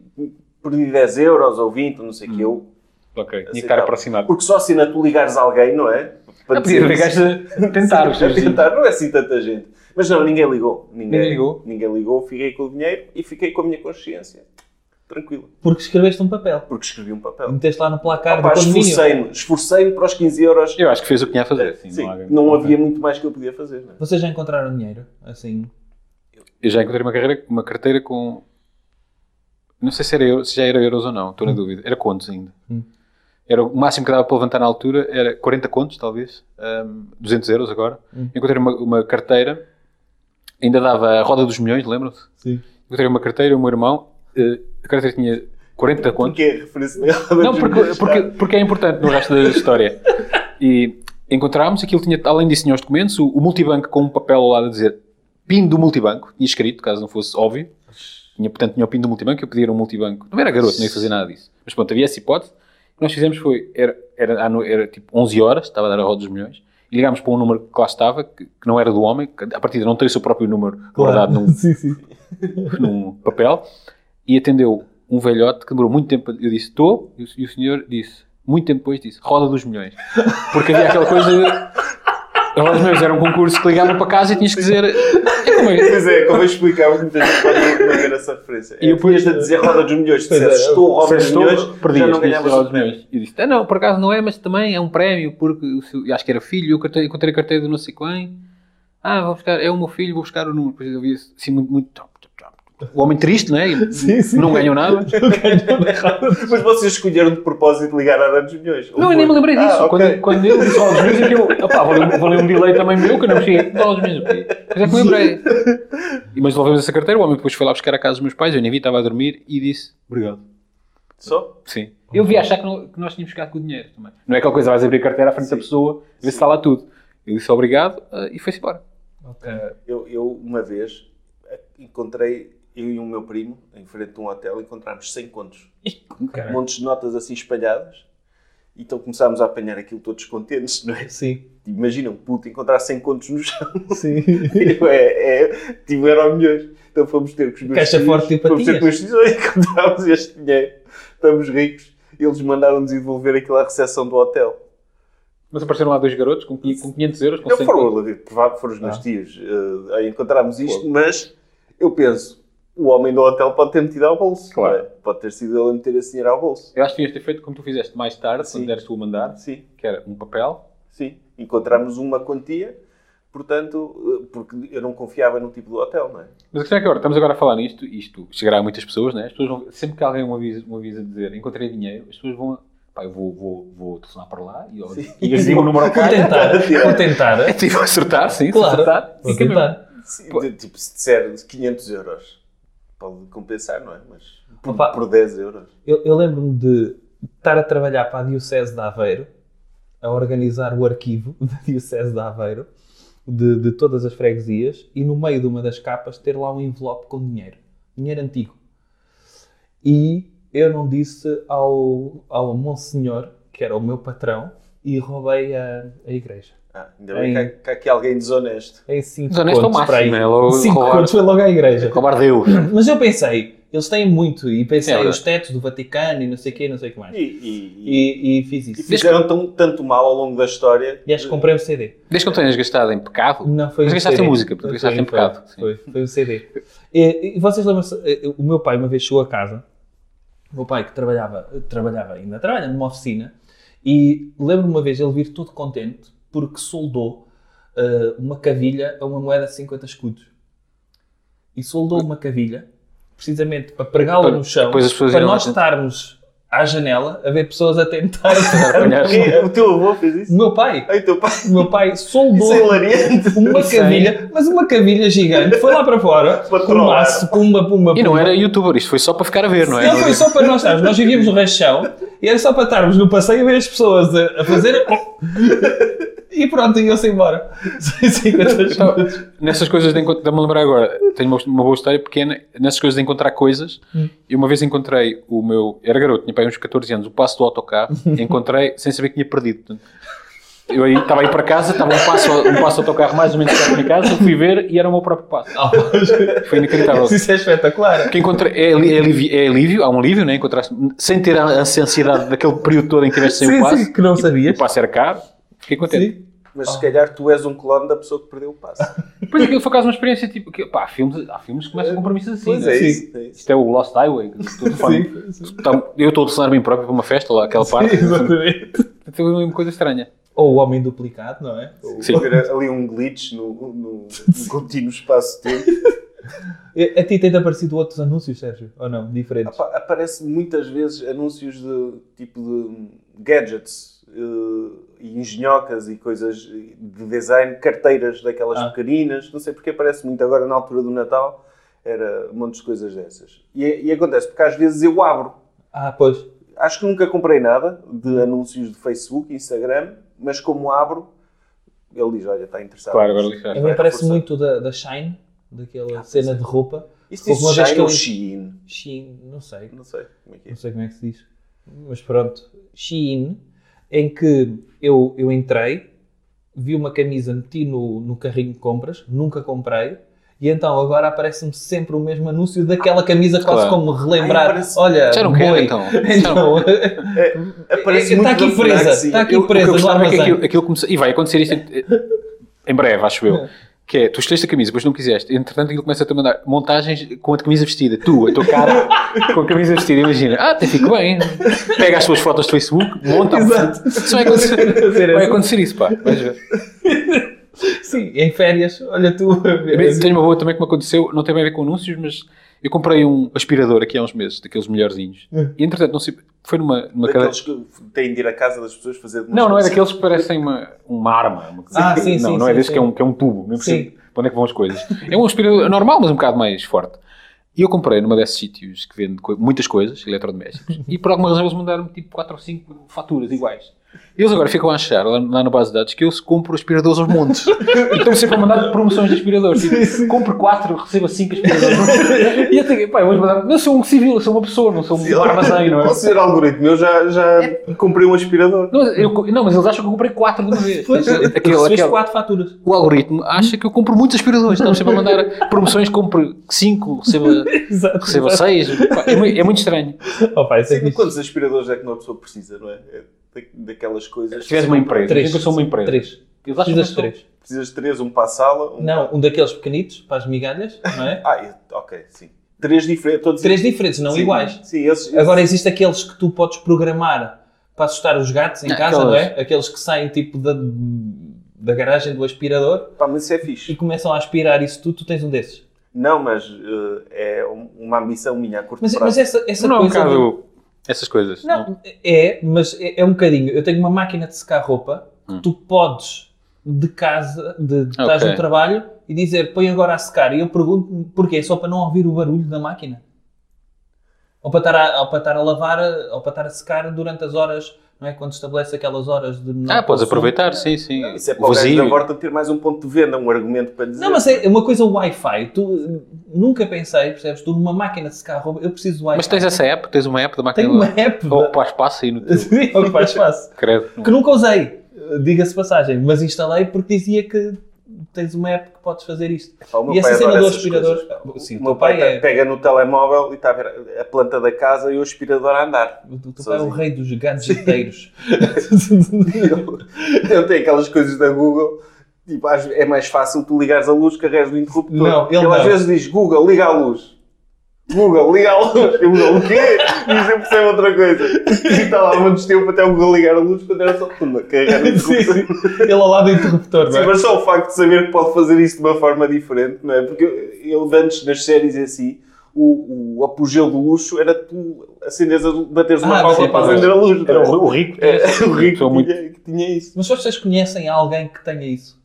S5: perdi 10 euros ou 20, não sei o que, assim, eu
S6: Ok, tinha que estar
S5: aceitava.
S6: aproximado.
S5: Porque só assim, tu ligares alguém, não é? Para
S6: Não Hum. podia
S5: dizer [laughs]
S6: haver
S5: isso.
S6: gajo a tentar os
S5: A
S6: seus
S5: tentar, não é assim tanta gente. Mas não, ninguém ligou. Ninguém,
S6: Ninguém ligou?
S5: Ninguém ligou, fiquei com o dinheiro e fiquei com a minha consciência. Tranquilo.
S7: Porque escreveste um papel.
S5: Porque escrevi um papel.
S7: Meteste lá no placar
S5: Opa,
S7: do condomínio.
S5: esforcei-me. Esforcei-me para os 15 euros.
S6: Eu acho que fez o que tinha a fazer. Sim,
S5: É, Sim,
S6: não, há-
S5: não
S6: há-
S5: havia muito mais que eu podia fazer. não é?
S7: Vocês já encontraram dinheiro? Assim.
S6: Eu já encontrei uma, carreira, uma carteira com Não sei se, era euro- se já era euros ou não, estou na dúvida. Era contos ainda. Era o máximo que dava para levantar na altura, era 40 contos, talvez. ahm, 200 euros agora. Encontrei uma, uma carteira, ainda dava a roda dos milhões, lembram-se?
S7: Sim.
S6: Encontrei uma carteira, o meu irmão, eh, a carteira tinha 40 contos.
S5: Porque é a referência dela.
S6: Não, porque, porque, porque é importante no resto da história. E encontrámos, aquilo tinha, além disso, tinha os documentos, o, o multibanco com um papel ao lado a dizer PIN do multibanco, tinha escrito, caso não fosse óbvio. Tinha, portanto, tinha o PIN do multibanco, eu pedi um multibanco. Não era garoto, não ia fazer nada disso. Mas pronto, havia essa hipótese. O que nós fizemos foi, era, era, à no- era tipo 11 horas, estava a dar a roda dos milhões, e ligámos para um número que lá estava, que, que não era do homem, que a partida não tem o seu próprio número guardado
S7: [laughs]
S6: num,
S7: Sim, sim.
S6: num papel e atendeu um velhote que demorou muito tempo. Eu disse, estou, e o- e o senhor disse, muito tempo depois disse, roda dos milhões. Porque havia aquela coisa de. a Roda dos milhões era um concurso que ligavam para casa e tinhas que dizer. É como é.
S5: Pois é, como eu explicava muitas vezes para ninguém como é que era essa referência.
S6: E
S5: E
S6: eu
S5: eu podias a dizer roda dos milhões, se
S7: Pois é,
S5: dissesse estou roda dos
S6: Disseste,
S5: milhões,
S6: "Estou",
S5: já não
S6: tinhas de dizer,
S5: ganhavas
S6: roda
S5: o
S6: dos milhões. E disse, ah, não, por acaso não é, mas também é um prémio, porque o seu- e acho que era filho, eu cartei- encontrei a carteira do não sei quem. Ah, vou buscar, é o meu filho, vou buscar o número. Depois eu vi assim muito, muito. top, top, top. O homem triste, não é? [laughs] E
S7: Sim, sim.
S6: Não ganhou nada.
S5: Mas vocês escolheram de propósito ligar à roda dos milhões.
S6: Não, eu nem me lembrei disso.
S5: Ah, ok.
S6: quando, quando ele disse aos meus, é que eu. Opá, valeu, valeu um delay também meu, que eu não mexia com aos meus. ok. Mas é que me lembrei. [laughs] E, mas devolvemos essa carteira, o homem depois foi lá buscar a casa dos meus pais, eu nem vi, estava a dormir e disse: Obrigado.
S5: Só?
S6: Sim. Eu vi achar que, não- que nós tínhamos ficado com o dinheiro também. Não é aquela coisa, vais abrir a carteira à frente da pessoa, ver se está lá tudo. Eu disse obrigado ah, e foi-se embora.
S5: Eu, eu, uma vez, encontrei, eu e um meu primo, em frente de um hotel, encontramos 100 contos. Montes de notas assim espalhadas. Então começámos a apanhar aquilo todos contentes, não é?
S7: Sim,
S5: Imagina um puto encontrar 100 contos no chão.
S7: sim.
S5: Tipo, [laughs] é, é, tipo, eram milhões. Então fomos ter com os meus
S7: Caixa
S5: filhos,
S7: forte e
S5: Fomos ter com
S7: patinhas.
S5: os filhos, olha, [laughs] encontramos este dinheiro. Estamos ricos. Eles mandaram-nos ir devolver aquilo à recepção do hotel.
S6: Mas apareceram lá dois garotos com, qui- com 500 euros, com Ah.
S5: Não
S6: 100
S5: foram, lá ver, provável foram os meus tios. eh, aí encontramos isto, mas eu penso, o homem do hotel pode ter metido ao bolso.
S6: Claro.
S5: não é? Pode ter sido ele a meter esse dinheiro ao bolso.
S6: Eu acho que devias ter feito como tu fizeste mais tarde,
S5: Sim.
S6: quando deres tu o mandar,
S5: Sim,
S6: que era um papel.
S5: sim. Encontramos uma quantia, portanto, eh, porque eu não confiava no tipo do hotel, não é?
S6: Mas a questão é que agora, estamos agora a falar nisto, e isto chegará a muitas pessoas, né? As pessoas vão, sempre que alguém me avisa, me avisa dizer encontrei dinheiro, as pessoas vão, pá, eu vou, vou, vou telefonar para lá e, eu- e lhes digo o número ao
S7: Vou
S6: cara.
S7: tentar, vou tentar.
S6: É tipo acertar, [laughs] sim,
S7: Claro.
S6: se acertar.
S7: Vou
S6: fica mesmo.
S7: tentar.
S5: Sim, de- tipo, se disser 500 euros, pode compensar, não é? Mas por,
S7: Opa.
S5: por 10 euros.
S7: Eu, eu lembro-me de estar a trabalhar para a Diocese de Aveiro, a organizar o arquivo [laughs] da Diocese de Aveiro, de, de todas as freguesias, e no meio de uma das capas ter lá um envelope com dinheiro. Dinheiro antigo. E eu não disse ao, ao Monsenhor, que era o meu patrão, e roubei a, a igreja. É
S5: Ah, ainda bem
S7: Em-
S5: que há, que há aqui alguém desonesto.
S7: Em 5
S6: Desonesto ao
S7: contos, para aí.
S6: máximo, é logo
S7: 5
S6: roubar.
S7: contos foi logo à igreja.
S6: Roubar Deus.
S7: Mas eu pensei, eles têm muito, e pensei,
S6: É verdade.
S7: os tetos do Vaticano e não sei o quê, não sei o que mais.
S5: E, e, e-
S7: E, e fiz
S5: e
S7: isso.
S5: fizeram tão, tanto mal ao longo da história.
S7: E acho que comprei um CD.
S6: Desde que não tenhas gastado em pecado, [laughs]
S7: Não, foi
S6: mas
S7: um
S6: gastaste
S7: CD.
S6: em música, portanto
S7: Foi,
S6: gastaste em
S7: foi,
S6: pecado. sim.
S7: Foi, foi um CD. E, e vocês lembram-se, eh, o meu pai uma vez chegou a casa, o meu pai que trabalhava, trabalhava ainda, trabalha numa oficina, e lembro-me uma vez ele vir todo contente porque soldou eh, uma cavilha a uma moeda de 50 escudos. E soldou uma cavilha, precisamente para pregá-la
S6: Para-
S7: no chão,
S6: depois as pessoas
S7: para
S6: irão lá
S7: nós
S6: dentro.
S7: estarmos à janela a ver pessoas a tentar. [laughs]
S6: Apanhar-
S5: E- O teu avô fez
S7: o
S5: isso?
S7: meu pai,
S5: Ai, teu pai.
S7: o meu pai soldou
S5: Isso é hilariante.
S7: uma cavilha, mas uma cavilha gigante, foi lá para fora,
S5: Para
S7: com um
S5: trollar.
S7: laço, pumba, pumba,
S6: E não
S7: pumba.
S6: era youtuber, isto foi só para ficar a ver, não é?
S7: Não, foi só para nós estarmos, nós vivíamos no rachão e era só para estarmos no passeio e ver as pessoas a, a [laughs] fazer. E pronto, e eu-se embora. [laughs] Sem 50
S6: Então,
S7: escudos.
S6: nessas coisas de encontrar, me lembrar agora, tenho uma, uma boa história pequena, nessas coisas de encontrar coisas,
S7: Hum.
S6: eu uma vez encontrei o meu, era garoto, tinha pai uns 14 anos, o passo
S7: [laughs]
S6: do autocarro, encontrei sem saber que tinha perdido. portanto. Eu aí estava aí para casa, estava um passo, um passo do autocarro mais ou menos perto da minha casa, fui ver e era o meu próprio passo. Foi inacreditável.
S7: Isso é espetacular.
S6: Porque encontrei, é, ali- é alívio, é alívio, há um alívio, né? encontraste sem ter a, a ansiedade daquele período todo em que tiveste sem
S7: Sim,
S6: o passo.
S7: sim, que não
S6: E-
S7: sabias.
S6: O passo era caro, é fiquei contente.
S7: Sim.
S5: Mas se calhar tu és um clone da pessoa que perdeu o passo.
S6: Pois aquilo foi quase uma experiência tipo. Que, pá, há filmes, há filmes que começam com premissas assim.
S5: Pois
S6: né?
S5: é,
S7: Sim.
S5: isso, é isso.
S6: Isto é o Lost Highway. que tu fala- Tá- Eu estou a telefonar bem próprio para uma festa lá, aquela parte.
S7: Exatamente.
S6: Foi uma coisa estranha.
S7: Ou o homem duplicado, não é?
S6: Sim.
S5: Haver ali um glitch no, no, no contínuo espaço-tempo.
S7: A ti tem-te aparecido outros anúncios, Sérgio? Ou não? Diferentes?
S5: Apa- Aparece muitas vezes anúncios de tipo de gadgets eh, e engenhocas e coisas de design, carteiras daquelas
S7: Ah.
S5: pequeninas, não sei porque aparece muito agora na altura do Natal, era um monte de coisas dessas. E, e acontece porque às vezes eu abro,
S7: Ah, pois.
S5: acho que nunca comprei nada de
S6: Uhum.
S5: anúncios de Facebook, Instagram, mas como abro, ele diz, olha, está interessado.
S6: Claro, agora é Ah,
S5: nisto.
S6: lixar.
S7: A mim parece
S5: reforçar.
S7: muito da, da Shine, daquela
S6: é.
S7: cena de roupa.
S5: Isto
S7: Houve uma
S5: diz
S7: vez que
S5: Shine ou
S7: eu-
S5: Shein?
S7: Shein, não sei.
S5: Não sei como é que é.
S7: não sei como é que se diz, mas pronto, Shein, em que eu, eu entrei, vi uma camisa, meti no, no carrinho de compras, nunca comprei, e então agora aparece-me sempre o mesmo anúncio daquela camisa, quase
S6: Claro.
S7: como relembrar,
S5: Ai, aparece-
S7: olha,
S6: Já não
S7: boi.
S6: quero,
S7: [laughs]
S6: então. Já não-
S7: Então,
S6: É,
S5: Aparece
S7: Está
S5: muito
S7: aqui
S5: na
S7: presa,
S5: Fnac, sim.
S7: está aqui
S6: Eu- o que
S7: presa
S6: eu
S7: no
S6: gostava é que
S7: armazém.
S6: aquilo, aquilo começa- E vai acontecer isto em, eh, em breve, acho eu. Que é, tu escolheste a camisa, depois não quiseste. Entretanto, aquilo começa-te a mandar montagens com a camisa vestida. Tu, a tua cara, com a camisa vestida. Imagina, ah, até fico bem. Pega as tuas fotos do Facebook, monta.
S7: Exato.
S6: Isso vai acontecer, vai acontecer isso, pá. Vais ver.
S7: sim, em férias, olha tu, [laughs] a ver.
S6: Bem, Tenho uma boa também que me aconteceu, não tem bem a ver com anúncios, mas eu comprei um aspirador aqui há uns meses, daqueles melhorzinhos. E entretanto, não sei, foi numa, numa cadeira.
S5: Daqueles que têm de ir à casa das pessoas fazer
S6: Não, não é
S5: demonstrações.
S6: daqueles que parecem uma, uma arma. é Uma coisa.
S7: Ah, sim,
S6: não,
S7: sim,
S6: Não
S7: sim,
S6: é desse que é
S7: sim.
S6: um, que é um tubo, não
S7: Sim.
S6: percebo para onde é que vão as coisas. É um aspirador normal, mas um bocado mais forte. E eu comprei numa desses sítios que vende coi- muitas coisas,
S7: [laughs]
S6: eletrodomésticos, e por alguma razão eles mandaram tipo 4 ou 5 faturas iguais. Eles agora ficam a achar, lá, lá na base de dados, que eu se compro aspiradores aos
S7: [laughs]
S6: montes. E estão sempre a mandar promoções de aspiradores. Tipo, compro 4, recebo 5 aspiradores.
S7: [laughs]
S6: e eu tenho, pá, eu vou mandar, não sou um civil, eu sou uma pessoa, não sou um armazém, não é?
S5: Posso dizer Tipo, algoritmo, eu já, já
S7: É.
S5: comprei um aspirador.
S6: Não, mas eu- não, mas eles acham que eu comprei 4 de uma vez.
S7: Pois,
S6: Aquele-
S7: recebeste
S6: aquele-
S7: quatro faturas.
S6: o algoritmo acha que eu compro muitos aspiradores. Estamos sempre a mandar promoções, compro 5, receba,
S7: Exato.
S6: receba 6. É, mui- é muito estranho.
S7: Oh, pá, isso é
S5: Sim,
S7: fixe.
S5: quantos aspiradores é que uma pessoa precisa, não é? É da- daquelas coisas.
S6: Se tiveres uma empresa,
S7: Três.
S6: imagina que eu sou uma empresa.
S7: Três.
S6: Eles acham que eu
S7: Precisas de
S6: sou-
S7: três.
S5: Precisas de três, um para a sala. Um...
S7: Não, um daqueles pequenitos, para as migalhas, não
S6: [laughs]
S7: é?
S5: Ah, é- ok, sim. Três diferentes. todos-
S7: Três diferentes, não
S5: sim,
S7: iguais.
S5: Sim, esses.
S7: Agora existem aqueles que tu podes programar para assustar os gatos em
S6: Não,
S7: casa,
S6: aqueles-
S7: não é? Aqueles que saem tipo da, da garagem do aspirador
S5: esses- Pá, mas isso é
S7: e
S5: fixe.
S7: começam a aspirar isso tudo, tu tens um desses.
S5: Não, mas eh, é um- uma ambição minha a curto
S7: Mas, mas
S5: prazo.
S7: essa, essa
S6: Não é um
S7: coisa.
S6: bocado essas coisas.
S7: Não, é, mas é, é um bocadinho. Eu tenho uma máquina de secar roupa que tu podes de casa, de, de estás
S6: Hum. Ok.
S7: no trabalho e dizer põe agora a secar. E eu pergunto porquê? Só para não ouvir o barulho da máquina? Ou para estar a, ou para estar a lavar, ou para estar a secar durante as horas, não é? Quando estabelece aquelas horas de. menor
S6: Ah, podes
S7: consumo.
S6: aproveitar, sim, sim.
S5: Isso é para o gajo da porta ter mais um ponto de venda, um argumento para dizer.
S7: Não, mas é uma coisa Wi-Fi. Tu nunca pensei, percebes? Tu numa máquina de secar roupa, eu preciso de Wi-Fi.
S6: Mas tens Oh, essa app, tens uma app da máquina.
S7: Tenho uma app.
S6: Ou
S7: da-
S6: para espaço aí no
S7: [laughs]
S6: teu
S7: Sim, é o que faz fácil.
S6: credo.
S7: que nunca usei, diga-se passagem, mas instalei porque dizia que tens uma app que podes fazer isto.
S5: Pá, o meu
S7: E essa
S5: pai
S7: cena
S5: adora
S7: do
S5: essas
S7: aspirador.
S5: coisas.
S7: Ah, Sim,
S5: O
S7: o
S5: meu
S7: teu
S5: pai
S7: pai é,
S5: pega no telemóvel e está a ver a planta da casa e o aspirador a andar.
S7: o teu pai é o
S5: sozinho.
S7: rei dos gadgeteiros.
S5: Ele tem aquelas coisas da Google, tipo, às- é mais fácil tu ligares a luz, carregas no interruptor.
S7: Não, ele
S5: às
S7: não.
S5: vezes diz, Google, liga a luz. Google, liga a luz. E o Google, o quê? E eu percebo outra coisa. E está lá muito tempo até o Google ligar a luz quando era só pumba, carregar
S7: [laughs]
S5: no
S7: Sim,
S5: interruptor.
S7: sim. [laughs] Ele ao lado do interruptor, não
S5: Sim,
S7: é?
S5: mas só o facto de saber que pode fazer isso de uma forma diferente, não é? Porque eu, eu antes nas séries e assim, o, o apogeu do luxo era tu acenderes, a, bateres uma
S7: Ah,
S5: palma
S7: sim,
S5: para
S7: sim.
S5: acender a luz. não é?
S6: [laughs] O rico.
S5: É, o rico
S6: Sou
S5: tinha,
S6: muito-
S5: que tinha isso.
S7: Mas só vocês conhecem alguém que tenha isso?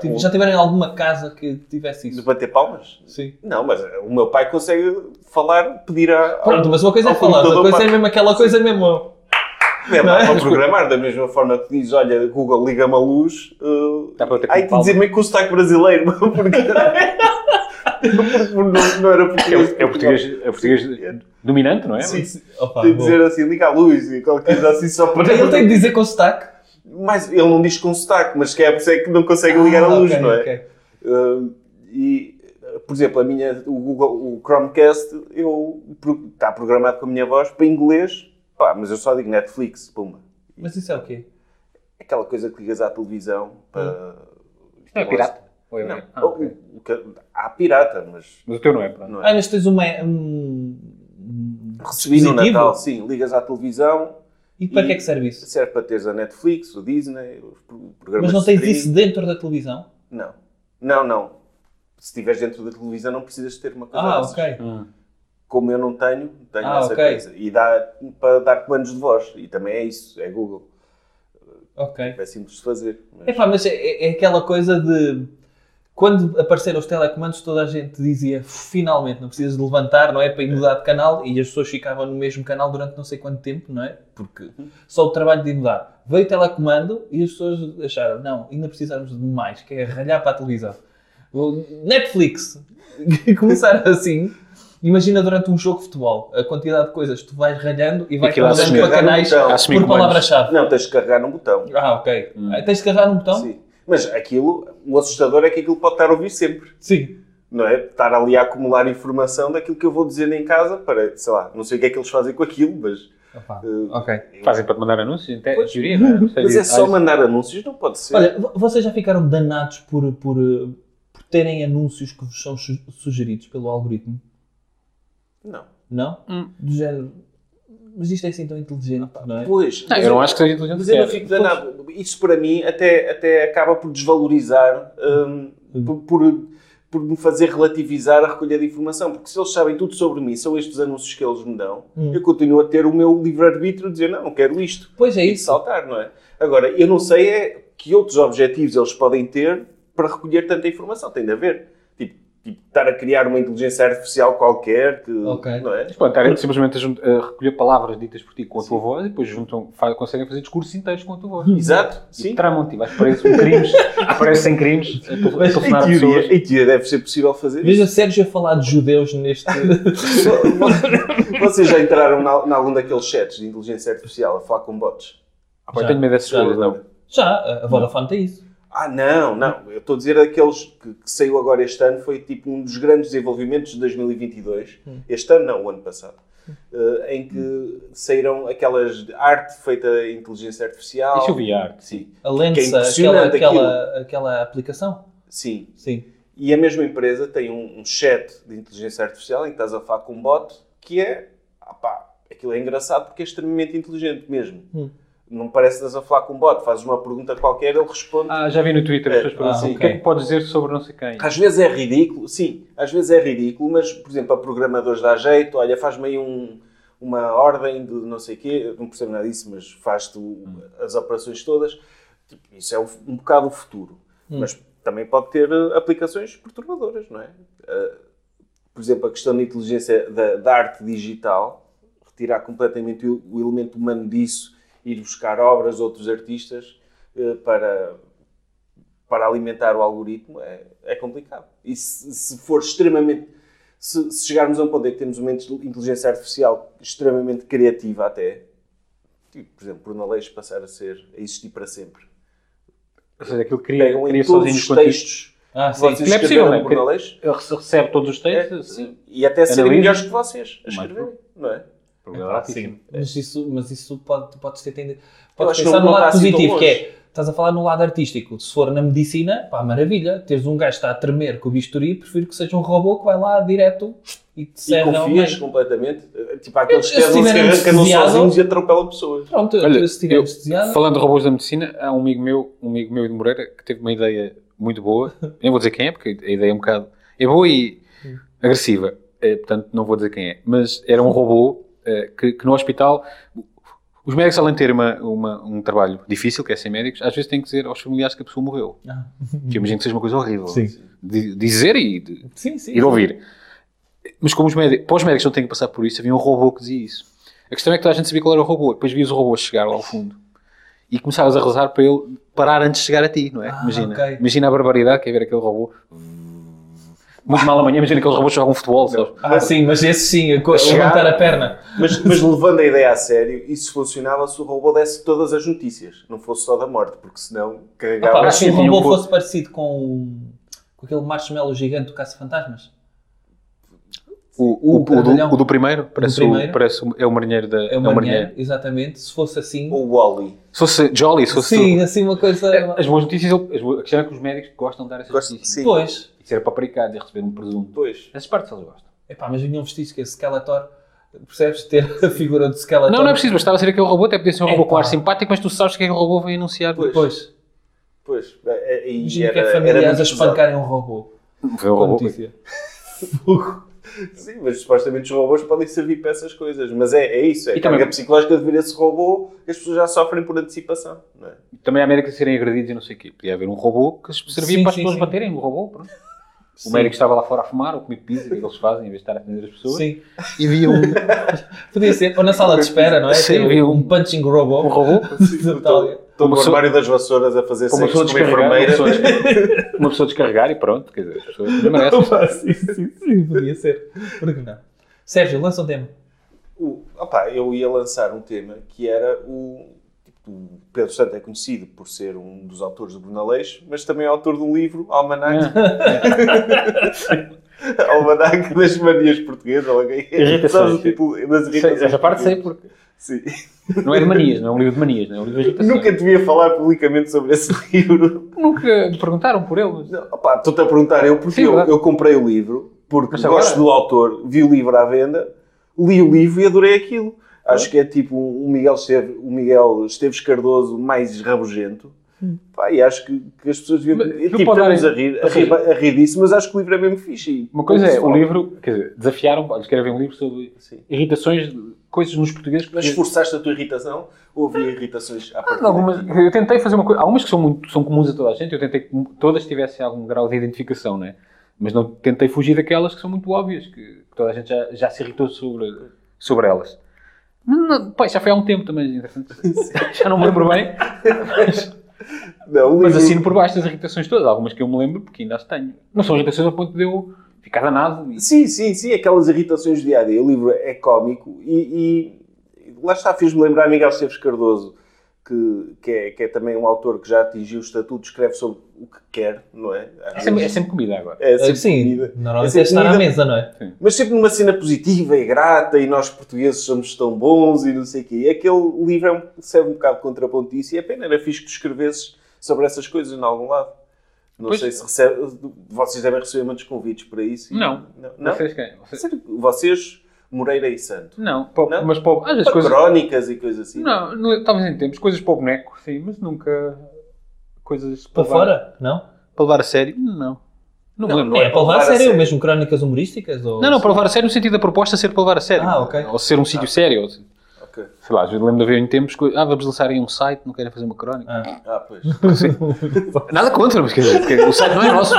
S7: Tipo,
S5: O-
S7: Já tiverem alguma casa que tivesse
S5: De
S7: isso?
S5: bater palmas?
S7: Sim.
S5: Não, mas o meu pai consegue falar, pedir a. ao-
S7: Pronto, mas uma coisa é
S5: ao
S7: falar, outra
S5: computador
S7: coisa é mesmo aquela coisa mesmo.
S5: para, é,
S7: não é?
S5: para programar, da mesma forma que diz: olha, Google, liga-me a luz. Uh,
S6: Dá para bater com
S5: ai, te
S6: palma.
S5: dizer meio que o sotaque brasileiro, [laughs] porque. porque não, não era
S6: É
S5: português.
S6: o, é o português, é o português dominante, não é?
S5: Sim,
S7: Opa,
S5: Tem de
S7: bom.
S5: dizer assim, liga a luz e qualquer coisa assim só para.
S7: Ele tem de dizer com sotaque.
S5: Mas ele não diz com sotaque, mas que é por isso é que não consegue ligar a luz,
S7: Ah, ok,
S5: não é?
S7: ok.
S5: Uh, e, uh, por exemplo, a minha, o, Google, o Chromecast está programado com a minha voz para inglês, pá, mas eu só digo Netflix, pumba.
S7: Mas isso é o quê?
S5: Aquela coisa que ligas à televisão para.
S6: É pirata. Ou é-
S5: Não,
S6: Ah, ok.
S5: o- o que- há pirata, mas
S6: Mas o teu não é, pronto.
S5: não
S7: Ah,
S5: é.
S7: mas tens uma. hum, um-
S5: Recebi no
S7: dispositivo?
S5: Natal, sim, ligas à televisão,
S7: E para
S5: E-
S7: que é que serve isso?
S5: serve para teres a Netflix, o Disney, os pro-
S7: Mas
S5: programas
S7: não
S5: de
S7: tens
S5: streaming.
S7: isso dentro da televisão?
S5: Não. Não, não. Se estiveres dentro da televisão, não precisas ter uma coisa
S7: Ah,
S5: dessas.
S7: ok.
S5: Como eu não tenho, tenho
S7: Ah,
S5: essa
S7: ok.
S5: coisa. E dá para dar comandos de voz. E também é isso, é Google.
S7: Ok.
S5: É simples de fazer. mas-
S7: Epá, mas é, é aquela coisa de. Quando apareceram os telecomandos, toda a gente dizia finalmente, não precisas de levantar, não é? Para ir mudar de canal e as pessoas ficavam no mesmo canal durante não sei quanto tempo, não é? Porque só o trabalho de mudar. Veio o telecomando e as pessoas acharam, não, ainda precisamos de mais, que é ralhar para a televisão. O Netflix! [laughs] Começaram assim. Imagina durante um jogo de futebol a quantidade de coisas que tu vais ralhando e vais
S6: Aquilo um às
S7: mudando
S6: cinco-
S7: para canais
S5: às
S6: cinco
S7: por
S6: anos.
S7: palavra-chave.
S5: Não, tens de carregar num botão.
S7: Ah, ok. Ah, Tens de carregar um botão?
S5: Hum. Sim. Mas aquilo, o assustador é que aquilo pode estar a ouvir sempre.
S7: Sim.
S5: Não é? Estar ali a acumular informação daquilo que eu vou dizendo em casa para, sei lá, não sei o que é que eles fazem com aquilo, mas.
S7: Opa,
S5: eh,
S7: ok.
S6: Fazem para te mandar anúncios, até em teoria, não é? Não sei
S5: mas é
S6: disso.
S5: só mandar anúncios, não pode ser.
S7: Olha, vo- vocês já ficaram danados por, por, eh, por terem anúncios que vos são su- sugeridos pelo algoritmo?
S5: Não.
S7: Não?
S6: Hum.
S7: Do género. Mas isto é assim tão inteligente, não é?
S5: Pois.
S6: Ah,
S5: mas
S6: eu não acho que seja inteligente
S5: Mas eu não
S6: sequer.
S5: fico danado. Isso para mim até, até acaba por desvalorizar, hum, por, por, por me fazer relativizar a recolha de informação. Porque se eles sabem tudo sobre mim, são estes anúncios que eles me dão,
S7: Hum.
S5: eu continuo a ter o meu livre-arbítrio de dizer não, não quero isto.
S7: Pois é
S5: E de
S7: isso.
S5: saltar, não é? Agora, eu não sei é que outros objetivos eles podem ter para recolher tanta informação. Tem de haver. Tipo, tipo estar a criar uma inteligência artificial qualquer que.
S7: Ok.
S5: Não é?
S6: Mas pronto, estarem simplesmente a, jun- a recolher palavras ditas por ti com a tua voz e depois juntam, fa- conseguem fazer discursos inteiros com a tua voz.
S5: Exato,
S6: E tipo,
S5: sim.
S6: Tramam-te, e vais preso por um
S5: [laughs]
S6: crimes, aparecem sem crimes, a tu- a
S7: Mas
S5: Em
S6: telefonar a pessoas.
S5: teoria, em teoria deve ser possível fazer
S7: Veja Sérgio a falar de judeus
S5: [laughs]
S7: neste.
S5: isso. [laughs] Vocês já entraram na- em algum daqueles chats de inteligência artificial a falar com bots?
S6: Ah, pá, eu
S7: Já,
S6: tenho medo dessas
S7: já,
S6: coisas,
S7: já.
S6: não.
S7: já, a- a Vodafone tem isso.
S5: Ah, não, não. Eu estou a dizer aqueles que, que saiu agora este ano, foi tipo um dos grandes desenvolvimentos de 2022. Este ano, não, o ano passado. Eh, em que saíram aquelas de arte feita em inteligência artificial.
S6: Isso eu vi a arte,
S5: Sim,
S7: A Lensa, aquela,
S5: é impressionante
S7: aquela, aquela aplicação.
S5: sim.
S7: Sim.
S5: E a mesma empresa tem um, um chat de inteligência artificial em que estás a falar com um bot que é, ah pá, aquilo é engraçado porque é extremamente inteligente mesmo.
S7: Hum.
S5: Não parece que estás a falar com um bot, fazes uma pergunta qualquer, ele responde.
S6: Ah, já vi no Twitter as pessoas perguntam
S7: ah,
S6: assim, o que
S7: ok.
S6: é que podes dizer sobre não sei quem?
S5: Às vezes é ridículo, sim, às vezes é ridículo, mas, por exemplo, a programadores dá jeito, olha, faz-me aí um- uma ordem de não sei quê, eu não percebo nada disso, mas faz-te o- as operações todas. Tipo, isso é um, um bocado o futuro. Mas também pode ter eh, aplicações perturbadoras, não é? Eh, por exemplo, a questão da inteligência da, da arte digital, retirar completamente o, o elemento humano disso, ir buscar obras de outros artistas eh, para, para alimentar o algoritmo é, é complicado. E se, se for extremamente. Se, se chegarmos a um ponto em que temos uma inte- inteligência artificial extremamente criativa, até. Tipo, por exemplo, Bruno Aleixo passar a ser. a existir para sempre.
S6: Ou seja, aquilo cria,
S5: Pegam
S6: cria
S5: em todos os
S6: sozinhos conteúdo.
S5: textos
S7: Ah,
S5: que
S7: sim.
S5: vocês
S6: Não é possível,
S5: escreveram
S6: não é?
S5: de Bruno Aleixo.
S6: Ele rece- Recebe todos os textos,
S5: É,
S6: assim,
S5: sim. E até serem
S6: Analisa.
S5: melhores que vocês a
S6: Mais
S5: escreverem, não é?
S6: probabilidade altíssima.
S7: Mas isso, mas isso pode, podes ter tendido.
S5: Eu
S7: Podes
S5: acho que
S7: pensar
S5: não-
S7: no
S5: não
S7: lado
S5: está assim tão
S7: positivo, que
S5: longe.
S7: é. Estás a falar no lado artístico. Se for na medicina, pá, maravilha. Teres um gajo que está a tremer com o bisturi, prefiro que seja um robô que vai lá direto e te
S5: E
S7: serve um ao
S5: confias
S7: meio.
S5: completamente. Tipo, há aqueles
S7: Eu-
S5: que
S7: eu se
S5: andam-
S7: tiver
S5: que andam
S7: anestesiado-
S5: sozinhos e atropelam pessoas.
S7: Pronto,
S6: Olha,
S7: se estiver
S6: eu-
S7: anestesiado.
S6: Falando de robôs da medicina, há um amigo meu, um amigo meu de Moreira, que teve uma ideia muito boa. Eu não vou dizer quem é, porque a ideia é um bocado. É boa e agressiva. Eh, portanto, não vou dizer quem é. Mas era um robô eh, que, que no hospital. Os médicos, além de terem uma, uma- um trabalho difícil, que é ser médicos, às vezes têm que dizer aos familiares que a pessoa morreu.
S7: Ah.
S6: Que eu imagino que seja uma coisa horrível.
S7: Sim.
S6: De- dizer e de,
S7: Sim, sim.
S6: ir ouvir. Mas como os médicos, para os médicos não têm que passar por isso, havia um robô que dizia isso. A questão é que toda a gente sabia qual era o robô, depois vias o robô chegar lá ao fundo e começavas a rezar para ele parar antes de chegar a ti, não é?
S7: Ah,
S6: imagina,
S7: ok.
S6: imagina a barbaridade que é ver aquele robô. Muito mal amanhã, imagina aqueles robôs que jogam futebol, sabes?
S7: Ah, sim, mas esse sim, a co-
S5: chegar-
S7: levantar a perna.
S5: Mas, mas levando a ideia a sério, isso funcionava se o robô desse todas as notícias, não fosse só da morte, porque senão
S7: Ah, pá,
S5: carregava.
S7: mas se
S6: sim,
S7: o
S6: tinha um
S7: robô
S6: pouco-
S7: fosse parecido com, o- com aquele marshmallow gigante do Caça-Fantasmas.
S6: O, o-
S7: O
S6: o do,
S7: grandalhão.
S6: o do primeiro, parece, o-
S7: primeiro?
S6: parece o- é o marinheiro da.
S7: É o marinheiro, exatamente. Se fosse assim.
S5: o Wally.
S6: Se fosse Jolly, se fosse.
S7: Sim, assim uma coisa.
S6: tu- É, As boas notícias, ele- as boas- a questão é que os médicos gostam de dar essas
S5: Gosto-
S6: notícias.
S5: sim,
S7: Pois.
S6: E ser papricados e receber um presunto.
S5: pois.
S6: Essas partes eles gostam.
S7: Epá, mas vinha um vestígio que é Skeletor. Percebes? Ter a figura de Skeletor.
S6: Não, não é preciso, bastava ser aquele robô, até podia ser um robô com
S7: Epá.
S6: ar simpático, mas tu sabes que aquele robô vem anunciar.
S5: Pois.
S7: Pois.
S5: Pois, é- é- e
S7: Imagina
S5: era,
S7: que é
S5: era
S7: familiares
S5: muito
S7: a
S5: pesado.
S7: espancarem um robô.
S6: Foi o
S7: Com a
S6: robô.
S7: notícia.
S5: Sim, mas supostamente os robôs podem servir para essas coisas. Mas é, é isso, é
S6: E
S5: a
S6: também-
S5: carga psicológica de ver esse robô, as pessoas já sofrem por antecipação. Não é?
S6: Também a América serem agredidos e não sei o quê. Podia haver um robô que servia
S7: Sim,
S6: para as
S7: sim,
S6: pessoas
S7: sim.
S6: baterem o robô, pronto.
S7: Sim.
S6: O médico estava lá fora a fumar, ou comer pizza, que é o que eles fazem, em vez de estar a atender as pessoas.
S7: Sim.
S6: E via um,
S7: Podia ser. Ou na sala de espera, não é?
S6: Sim,
S7: Tem
S6: havia
S7: um,
S6: um-
S7: punching robô. [laughs]
S6: um robô
S7: da Itália.
S5: Estou no
S6: Uma pessoa-
S5: armário das vassouras a fazer
S6: para uma
S5: sexo com
S6: pessoa
S5: uma
S6: descarregar. Uma
S5: enfermeira.
S6: pessoa, descarregar- uma pessoa descarregar e pronto. Quer dizer, as pessoas também merecem.
S7: Opa, sim, sim, sim, podia ser. Por que não? Sérgio, lança um tema.
S5: O- opá, eu ia lançar um tema que era o. tipo, O Pedro Santo é conhecido por ser um dos autores do Brunaleixo, mas também é autor de um livro, Almanac. [laughs] Almanac das Manias Portuguesas, ou alguém.
S6: É. Irritações,
S5: Sabes o
S6: sim.
S5: título das
S6: É, Sei,
S5: irritações
S6: essa parte sei
S5: portuguesas?
S6: porque
S5: Sim.
S6: não é de manias, não é um livro de manias, não é um livro de irritações.
S5: Nunca devia falar publicamente sobre esse [laughs] livro.
S6: Nunca me perguntaram por ele, mas
S5: Não, opá, Estou-te a perguntar eu, porque
S6: Sim,
S5: eu,
S6: verdade.
S5: eu comprei o livro, porque
S6: Mas
S5: gosto
S6: agora-
S5: do autor, vi o livro à venda, li o livro e adorei aquilo. Acho que é tipo um Miguel Esteves, um Miguel Esteves Cardoso mais rabugento. Pá, e acho que, que as pessoas deviam.
S6: Hum. Mas
S5: é,
S6: não
S5: tipo,
S6: pode dar
S5: estamos a
S6: em-
S5: rir, a, rir, a rir disso, mas acho que o livro é mesmo fixe. e
S6: uma coisa
S5: pouco
S6: é,
S5: se
S6: o
S5: fala.
S6: livro, quer dizer, desafiaram, olha, escrevem um livro sobre
S5: Sim.
S6: irritações, coisas nos portugueses.
S5: Mas
S6: porque-
S5: esforçaste a tua irritação ou havia irritações à
S6: Ah,
S5: partida?
S6: algumas- eu tentei fazer uma coisa, há umas que são, muito, são comuns a toda a gente, eu tentei que todas tivessem algum grau de identificação, né? mas não tentei fugir daquelas que são muito óbvias, que, que toda a gente já, já se irritou sobre, sobre elas. Mas não- pá, já foi há um tempo também, interessante. já não me lembro bem, mas,
S5: Não, o
S6: mas
S5: livro,
S6: assim, assino por baixo das irritações todas, algumas que eu me lembro, porque ainda as tenho. Não são irritações a ponto de eu ficar danado. E,
S5: Sim, sim, sim, aquelas irritações do dia a dia. O livro é cómico e, e lá está, fez-me lembrar Miguel Esteves Cardoso, que, que, é, que é também um autor que já atingiu o estatuto, escreve sobre o que quer, não é? Às
S6: é, sempre, é
S5: vezes
S6: sempre comida agora.
S5: é sempre
S7: sim,
S5: comida. É
S7: normalmente
S5: sempre
S7: deve estar à
S5: comida,
S7: mesa, não é?
S5: Mas sempre numa cena positiva e grata, e nós portugueses somos tão bons e não sei o quê. E aquele livro é um- serve um bocado de contraponto disso e é pena, era fixe que tu escrevesses sobre essas coisas em algum lado. Não
S6: Pois.
S5: sei se recebe, vocês devem receber muitos convites para isso. e-
S6: Não.
S5: Não? não?
S6: Vocês quem? Vocês-
S5: Sério, Vocês, Moreira e Santo.
S6: Não, pô,
S5: Não?
S6: mas pô, às vezes
S5: Para
S6: coisas...
S5: crónicas e coisas assim.
S6: Não, não- talvez em tempos, coisas para o boneco, sim, mas nunca coisas
S7: Para
S6: levar-
S7: fora? Não?
S6: Para levar a sério? Não. Não, me lembro.
S7: é, para levar a
S5: sério.
S7: sério, mesmo crónicas humorísticas? Ou...
S6: Não, não, para levar a sério no sentido da proposta ser para levar a sério.
S7: Ah, ok.
S6: Ou ser um sítio sério. Ou, se-
S5: Ok.
S6: sei lá, às vezes lembro de haver em tempos que. Ah, vamos lançar aí um site, não querem fazer uma crónica.
S7: Ah.
S5: Ah, pois.
S7: [laughs]
S6: Nada contra, mas quer dizer, porque o site não é nosso.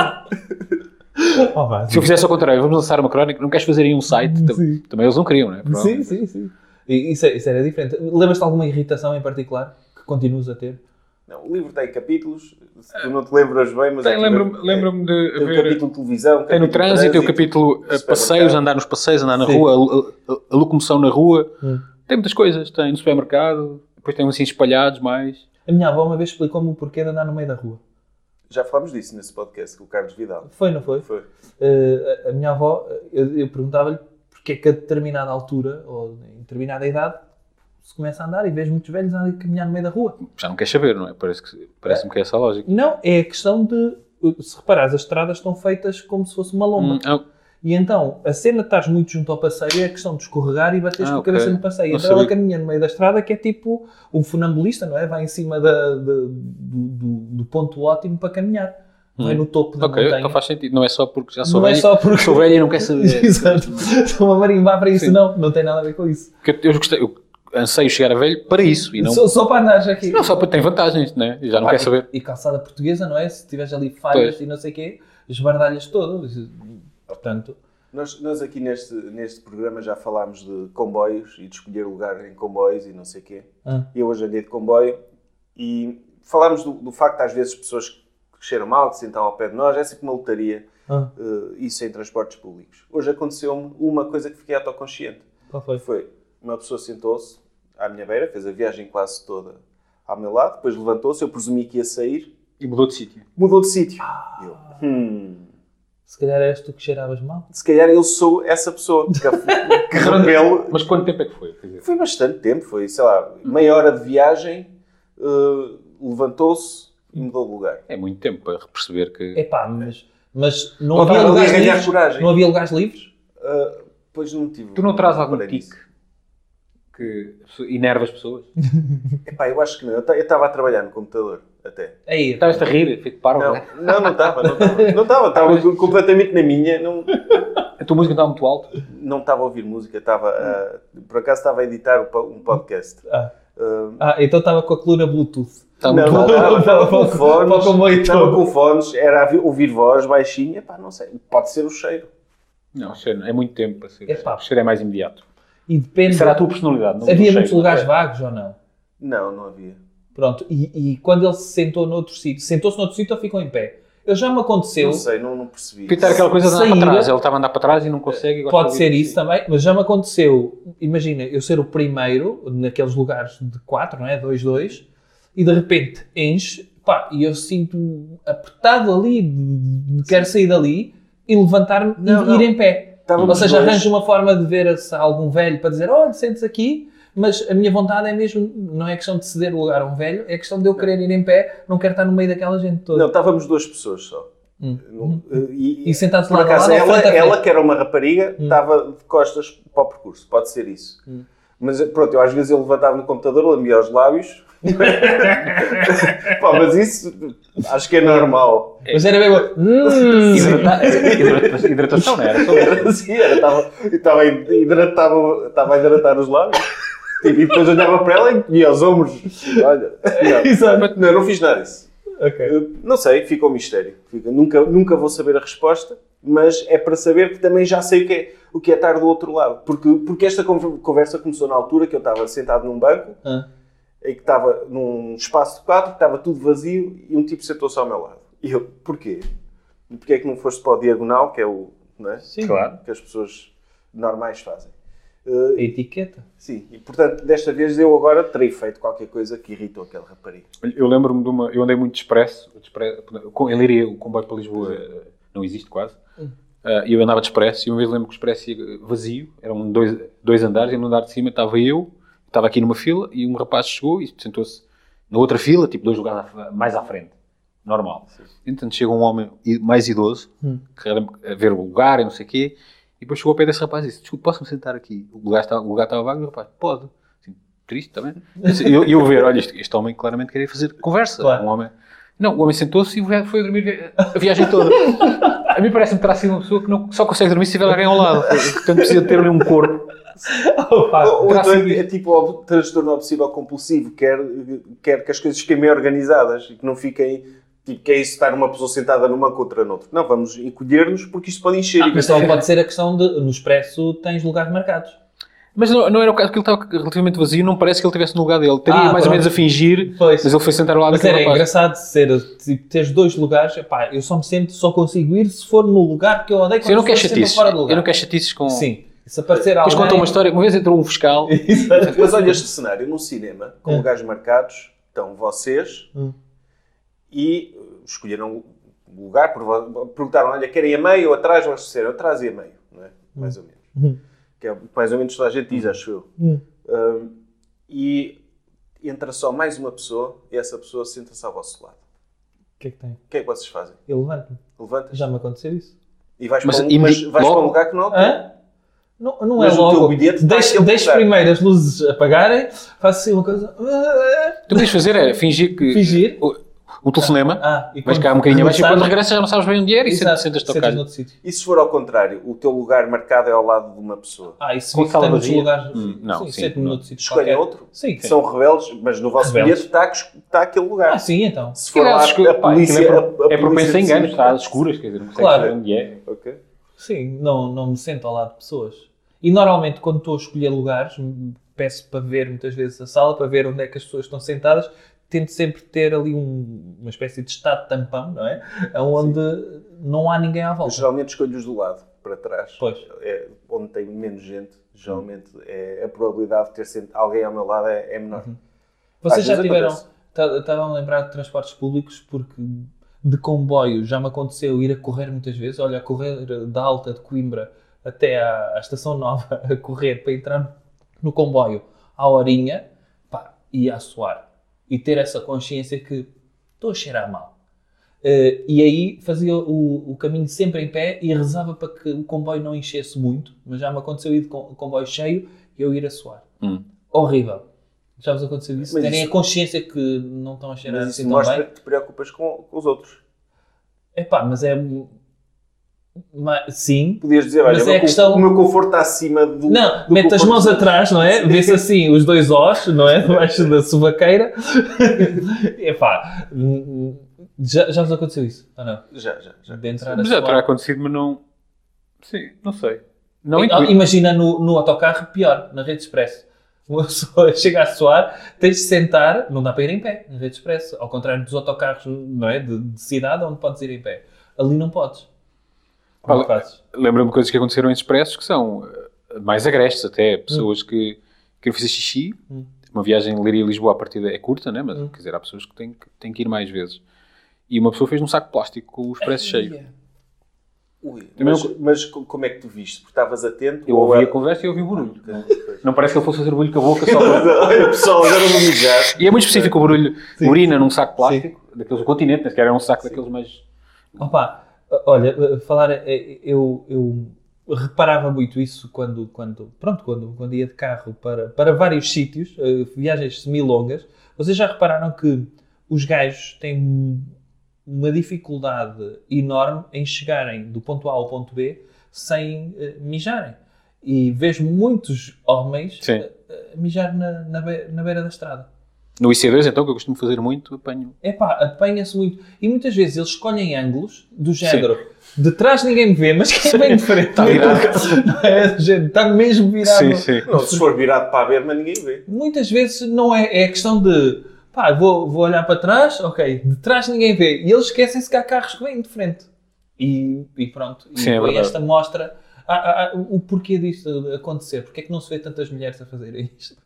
S7: Oh, vá,
S6: Se eu fizesse ao contrário, vamos lançar uma crónica, não queres fazer aí um site? Tam-
S7: Sim.
S6: Também eles não queriam, não é?
S7: Sim,
S6: Provavelmente.
S7: sim, sim. E Isso, é, isso era diferente. Lembras-te de alguma irritação em particular que continuas a ter?
S5: Não, o livro tem capítulos, se tu não te lembras bem, mas... é
S6: Tem-
S5: aquilo-
S6: Lembro-me lembro-me de
S5: Tem o
S6: haver.
S5: é um capítulo de televisão,
S6: Tem no
S5: capítulo de
S6: trânsito, o capítulo eh,
S5: supermercado.
S6: passeios, andar nos passeios, andar na
S7: Sim.
S6: rua, a, a- a locomoção na rua.
S7: Hum.
S6: Tem muitas coisas. Tem no supermercado, depois tem uns assim espalhados mais.
S7: A minha avó uma vez explicou-me o porquê de andar no meio da rua.
S5: Já falámos disso nesse podcast com o Carlos Vidal.
S7: Foi, não foi?
S5: Foi.
S7: Eh, a- a minha avó, eh, eu, eu perguntava-lhe porque é que a determinada altura, ou em determinada idade, se começa a andar e vês muitos velhos a andar e caminhar no meio da rua.
S6: Já não quer saber, não é? Parece que, parece-me que é essa a lógica.
S7: Não, é a questão de, se reparares, as estradas estão feitas como se fosse uma lomba.
S6: Hum, ah,
S7: E então, a cena de estares muito junto ao passeio é a questão de escorregar e bateres
S6: Ah,
S7: com a
S6: ok.
S7: cabeça no passeio.
S6: Não
S7: então ela
S6: sabia.
S7: caminha no meio da estrada, que é tipo um funambulista, não é? Vai em cima da- da- do, do- do ponto ótimo para caminhar. Vai
S6: Hum.
S7: no topo da
S6: ok, então
S7: montanha.
S6: faz sentido. Não é só porque já sou
S7: Não é
S6: velho.
S7: só porque...
S6: Sou velho
S7: [laughs]
S6: e não quero saber.
S7: Exato. Estou a marimbar para isso.
S6: Sim.
S7: Não, não tem nada a ver com isso.
S6: Porque eu, eu gostei- eu anseio chegar a velho para isso. E não,
S7: Só, só para andares aqui.
S6: não só porque tem vantagens, não é? E Já não
S7: Pá, Ah,
S6: quer
S7: e-
S6: saber.
S7: E calçada portuguesa, não é? Se tiveres ali falhas
S6: Pois.
S7: e não sei o quê, esbardalhas todo. Portanto,
S5: Nós, nós aqui neste, neste programa já falámos de comboios e de escolher lugar em comboios e não sei quê.
S7: Ah.
S5: Eu hoje andei de comboio e falámos do, do facto de às vezes pessoas que cheiram mal, que se sentam ao pé de nós, é sempre uma lotaria
S7: Ah.
S5: eh, isso em transportes públicos. Hoje aconteceu-me uma coisa que fiquei autoconsciente.
S7: qual foi?
S5: Foi, uma pessoa sentou-se à minha beira, fez a viagem quase toda ao meu lado, depois levantou-se, eu presumi que ia sair,
S6: E mudou de sítio.
S5: mudou de sítio.
S6: Ah.
S5: Eu, hum,
S7: Se calhar eras tu que cheiravas mal.
S5: se calhar eu sou essa
S6: [laughs]
S5: pessoa que, que repele.
S6: Mas quanto tempo é que foi? Quer dizer,
S5: Foi bastante tempo, foi, sei lá, meia hora de viagem, eh, levantou-se e mudou de lugar.
S6: é muito tempo para perceber que.
S7: Epá, mas, mas não,
S5: Ou
S7: havia
S5: estava ali a
S7: lugares
S5: ganhar
S7: livres,
S5: coragem.
S7: não havia lugares livres?
S5: Eh, pois não tive. um
S6: Tu não trazes algum
S5: reparei
S6: tique
S5: nisso.
S6: que a pessoa- enerva as pessoas?
S5: Epá, eu acho que não. Eu estava a trabalhar no computador até.
S7: Aí,
S6: Estavas-te a rir, fico parvo,
S5: Não,
S6: né?
S5: não, não estava, não estava. Não estava, estava completamente na minha. Não,
S6: A tua música está muito alto.
S5: não estava a ouvir música, estava a- por acaso estava a editar um po- um podcast.
S7: Ah.
S5: Ah,
S7: Ah, então estava com a coluna Bluetooth.
S6: Está
S5: não,
S6: Tá muito
S5: não, estava,
S6: alto.
S5: estava com
S7: Falcon- Falcon
S6: um
S7: Moito.
S5: fones, estava com fones, era a vi- ouvir voz baixinha, pá, não sei, pode ser o cheiro.
S6: Não, o cheiro não, é muito tempo para ser.
S7: Epá.
S6: O cheiro é mais imediato.
S7: E depende.
S6: Será a tua personalidade? Não é?
S7: Havia
S6: o
S7: muitos
S6: cheiro.
S7: lugares vagos ou não?
S5: Não, não havia.
S7: Pronto, e, e quando ele se sentou noutro sítio, sentou-se noutro sítio ou ficou em pé? Eu já me aconteceu,
S5: Não sei, não, não percebi.
S6: Peter, aquela coisa de andar para
S7: Saída.
S6: trás. Ele estava a andar para trás e não consegue. e gosta
S7: pode
S6: de
S7: ser
S6: ouvir
S7: isso também, mas já me aconteceu, imagina, eu ser o primeiro naqueles lugares de 4, não é? 2, 2, e de repente enche, pá, e eu sinto apertado ali, de- de- quero sair dali e levantar-me e
S5: Não, não.
S7: ir em pé.
S5: Estávamos
S7: Ou seja,
S5: dois.
S7: arranjo uma forma de ver se há algum velho para dizer, olha, sentes aqui, mas a minha vontade é mesmo, não é questão de ceder o lugar a um velho, é questão de eu querer ir em pé, não quero estar no meio daquela gente toda.
S5: Não, estávamos duas pessoas só.
S7: Hum.
S5: Não, eh, E,
S7: E sentados
S5: por
S7: lado a lado,
S5: acaso,
S7: ou
S5: ela,
S7: frente Hum. a frente?
S5: ela, que era uma rapariga, estava de costas para o percurso, pode ser isso.
S7: Hum.
S5: Mas eh, pronto, eu às vezes eu levantava no computador, lambia os lábios. [laughs] Pá, mas isso acho que é normal.
S7: Mas era
S5: [laughs]
S7: mesmo. Hum,
S6: Hidrata- [laughs] hidrata- Hidratação, não era? Só
S5: Era assim, era, estava, estava, a hidratava, estava a hidratar os lábios. Tipo, E depois olhava para ela e comia os ombros. Olha,
S7: [laughs] Exato.
S5: não, não, não fiz nada disso. [laughs]
S7: Ok.
S5: Eu Não sei, fica um mistério. Fica- nunca, nunca vou saber a resposta, mas é para saber que também já sei o que é, o que é estar do outro lado. Porque, porque esta con- conversa começou na altura que eu estava sentado num banco,
S7: Ah.
S5: e que estava num espaço de quatro, que estava tudo vazio, e um tipo sentou-se ao meu lado. E eu, porquê? Porquê é que não foste para o diagonal, que é o não é?
S7: Sim.
S6: Claro.
S5: que as pessoas normais fazem? Eh,
S7: A etiqueta.
S5: sim, e portanto, desta vez eu agora terei feito qualquer coisa que irritou aquele rapariga.
S6: Olha, Eu lembro-me de uma. Eu andei muito de expresso. de expresso com- em Leiria, o comboio para Lisboa eh, não existe quase. Ah, E eu andava de expresso. E uma vez lembro que o expresso ia vazio. Eram dois, dois andares. E no andar de cima estava eu, estava aqui numa fila. E um rapaz chegou e sentou-se na outra fila, tipo dois lugares à f- mais à frente. Normal. Entretanto, chega um homem i- mais idoso, que era a ver o lugar e não sei o quê. E depois chegou ao pé desse rapaz e disse: Desculpe, posso-me sentar aqui? O lugar estava, o lugar estava vago e o rapaz: Pode. Assim, triste também. E eu, eu ver: Olha, este, este homem claramente queria fazer conversa.
S7: Claro.
S6: Um homem. Não, o homem sentou-se e já foi dormir a viagem toda. A mim parece-me que terá sido uma pessoa que não, só consegue dormir se tiver alguém ao lado. Portanto, precisa ter ali um corpo.
S5: Ou, ou
S6: terá
S5: então
S6: sido
S5: é tipo o transtorno obsessivo compulsivo, quer, quer que as coisas fiquem bem organizadas e que não fiquem. Tipo, que é isso estar uma pessoa sentada numa contra noutra. Não, vamos encolher-nos porque isto pode encher.
S7: Ah, Mas só pode ser a questão de no expresso tens lugares marcados.
S6: Mas não, não era o caso que ele estava relativamente vazio, não parece que ele estivesse no lugar dele. Teria
S7: Ah,
S6: mais
S7: pronto.
S6: ou menos a fingir,
S7: Pois.
S6: mas ele foi sentar ao lado
S7: Mas era
S6: daquele rapaz.
S7: é engraçado ser tipo, teres dois lugares. Epá, eu só me sento, só consigo ir se for no lugar que eu odeio quando
S6: Eu não
S7: as
S6: quero
S7: pessoas sentam
S6: chatices.
S7: fora do
S6: Eu
S7: lugar.
S6: não quero chatices com.
S7: Sim. Se aparecer
S6: Depois
S7: alguém.
S6: conta uma história que uma vez entrou
S7: [laughs]
S6: um fiscal.
S5: Mas olha este cenário: num cinema, com lugares marcados, estão vocês e uh, escolheram o lugar, provo- perguntaram: olha, querem a meio ou atrás? Vocês disseram atrás e a meio, não é? Mais ou menos. Que é o que mais ou menos toda a gente diz, acho eu.
S7: hum,
S5: Um, e entra só mais uma pessoa e essa pessoa senta-se ao vosso lado.
S7: O que é que tem?
S5: O que é que vocês fazem?
S7: Eu levanto-me.
S5: Levantas
S7: Já me aconteceu isso.
S5: e vais,
S6: Mas
S5: para, um,
S6: imedi-
S5: mas vais
S6: logo?
S5: para um lugar que não é o teu.
S7: Hã? Não, não é
S5: Mas o teu
S7: logo.
S5: bilhete
S6: tá
S5: está
S7: Deixo,
S5: aquele
S7: deixo
S5: lugar.
S7: primeiro as luzes apagarem, faço assim uma coisa. ah,
S6: O que podias fazer era fingir que.
S7: Fingir.
S6: o- Um telefonema.
S7: Ah, e
S6: Vais
S7: quando
S6: cá um bocadinho abaixo e
S7: regressar-
S6: quando regressas já não sabes bem onde era e
S7: Exato,
S6: sentas- sentas-te ao
S7: sentas
S6: calho.
S7: noutro sítio.
S5: E se for ao contrário, o teu lugar marcado é ao lado de uma pessoa?
S7: Ah, isso
S6: Com
S7: fica
S6: sala
S7: tem muitos
S6: vazia?
S7: lugares.
S6: Hum, não, sim,
S7: sente-me
S6: não.
S7: noutro sítio
S5: Escolhem
S7: qualquer.
S5: outro?
S7: Sim.
S5: São rebeldes, mas no vosso
S7: Rebeldes.
S5: bilhete tá está, está aquele lugar.
S7: Ah, sim, então.
S5: Se
S6: Se
S5: for
S6: calhar,
S5: lá,
S6: escu-
S5: a
S6: pá, aquilo
S5: polícia...
S6: é, pro-
S5: a- a
S6: é propenso
S5: polícia
S6: a enganos,
S5: decide.
S6: está às escuras, quer dizer, não sei
S7: Claro.
S6: saber onde é.
S5: Ok.
S7: Sim, não, não me sento ao lado de pessoas. E normalmente quando estou a escolher lugares, m- peço para ver muitas vezes a sala, para ver onde é que as pessoas estão sentadas. Tento sempre ter ali um- uma espécie de estado de tampão, não é? Onde não há ninguém à
S5: Eu
S7: volta.
S5: Geralmente escolho-os do lado, para trás.
S7: Pois.
S5: É onde tem menos gente, geralmente é, a probabilidade de ter sent- alguém ao meu lado é, é menor.
S7: Uhum. Vocês
S5: Às
S7: já
S5: vezes
S7: tiveram.
S5: acontece.
S7: ta- Estavam a lembrar de transportes públicos porque de comboio já me aconteceu ir a correr muitas vezes. Olha, a correr da alta de Coimbra até à, à Estação Nova, [laughs] a correr para entrar no comboio à horinha pá, e a suar. E ter essa consciência que estou a cheirar mal. Eh, e aí fazia o, o caminho sempre em pé e rezava para que o comboio não enchesse muito, mas já me aconteceu ir de com- comboio cheio e eu ir a suar.
S6: Hum.
S7: Horrível. Já vos aconteceu isso?
S5: Mas
S7: Terem
S5: isso-
S7: a consciência que não estão a cheirar
S5: Mas
S7: assim
S5: isso
S7: tão
S5: mostra
S7: bem.
S5: que te preocupas com, com os outros.
S7: Epá, mas é... ma- Sim.
S5: Podias dizer, olha,
S7: Mas
S5: o, meu
S7: é a
S5: con-
S7: questão-
S5: o meu conforto está acima do.
S7: Não,
S5: do
S7: mete as
S5: conforto-
S7: mãos atrás, não é? Vê-se assim os dois Os, não é? Debaixo da subaqueira. [laughs] Epá, hum, hum, já, já vos aconteceu isso? Ou não?
S5: Já, já, já.
S7: De entrar a
S6: Mas é já
S7: suar.
S6: terá acontecido, mas não. Sim, não sei. Não
S7: Ah,
S6: intuí.
S7: Imagina no, no autocarro, pior, na rede expresso. Uma [laughs] pessoa chega a suar, tens de sentar, não dá para ir em pé na rede expresso. Ao contrário dos autocarros não é? de, de cidade, onde podes ir em pé. Ali não podes. Como é
S6: Olha,
S7: fazes?
S6: Lembro-me de coisas que aconteceram em expressos que são eh, mais agrestes, até pessoas que querem fazer xixi. Uma viagem de Leiria a Lisboa a partida é curta, né? mas quer dizer, há pessoas que têm, que têm que ir mais vezes. E uma pessoa fez um saco de plástico com o expresso cheio.
S5: Ui,
S6: Também
S5: mas,
S6: não-
S5: mas co- como é que tu viste? Porque estavas atento?
S6: Eu
S5: ou
S6: ouvi a
S5: era-
S6: conversa e ouvi o barulho.
S5: Pois.
S6: Não parece que ele fosse fazer barulho com a boca só [laughs] para...
S5: Olha, pessoal, agora vou mijar.
S6: E é muito específico o barulho. Urina num saco de plástico, daqueles do continente, nem sequer era um saco daqueles mais...
S7: Opa, olha, eh, falar, eh, eu, eu reparava muito isso quando, quando, pronto, quando, quando ia de carro para, para vários sítios, eh, viagens semilongas. Vocês já repararam que os gajos têm um- uma dificuldade enorme em chegarem do ponto A ao ponto B sem eh, mijarem. E vejo muitos homens
S6: Sim.
S7: eh, eh, mijar na, na be- na beira da estrada.
S6: No IC2, então, que eu costumo fazer muito, apanho...
S7: Epá, apanha-se muito. E muitas vezes eles escolhem ângulos do género. De trás ninguém me vê, mas quem vem de frente [laughs] está
S6: Tá virado.
S7: Está tá mesmo virado.
S5: Não, se for virado para a berma, ninguém vê.
S7: Muitas vezes não é, é questão de pá, vou, vou olhar para trás, ok, de trás ninguém vê. E eles esquecem-se que há carros que vêm de frente. E, e pronto. E
S6: Sim, é
S7: foi
S6: verdade.
S7: esta mostra. Ah, ah, ah, o porquê disto acontecer? Porquê é que não se vê tantas mulheres a fazerem isto?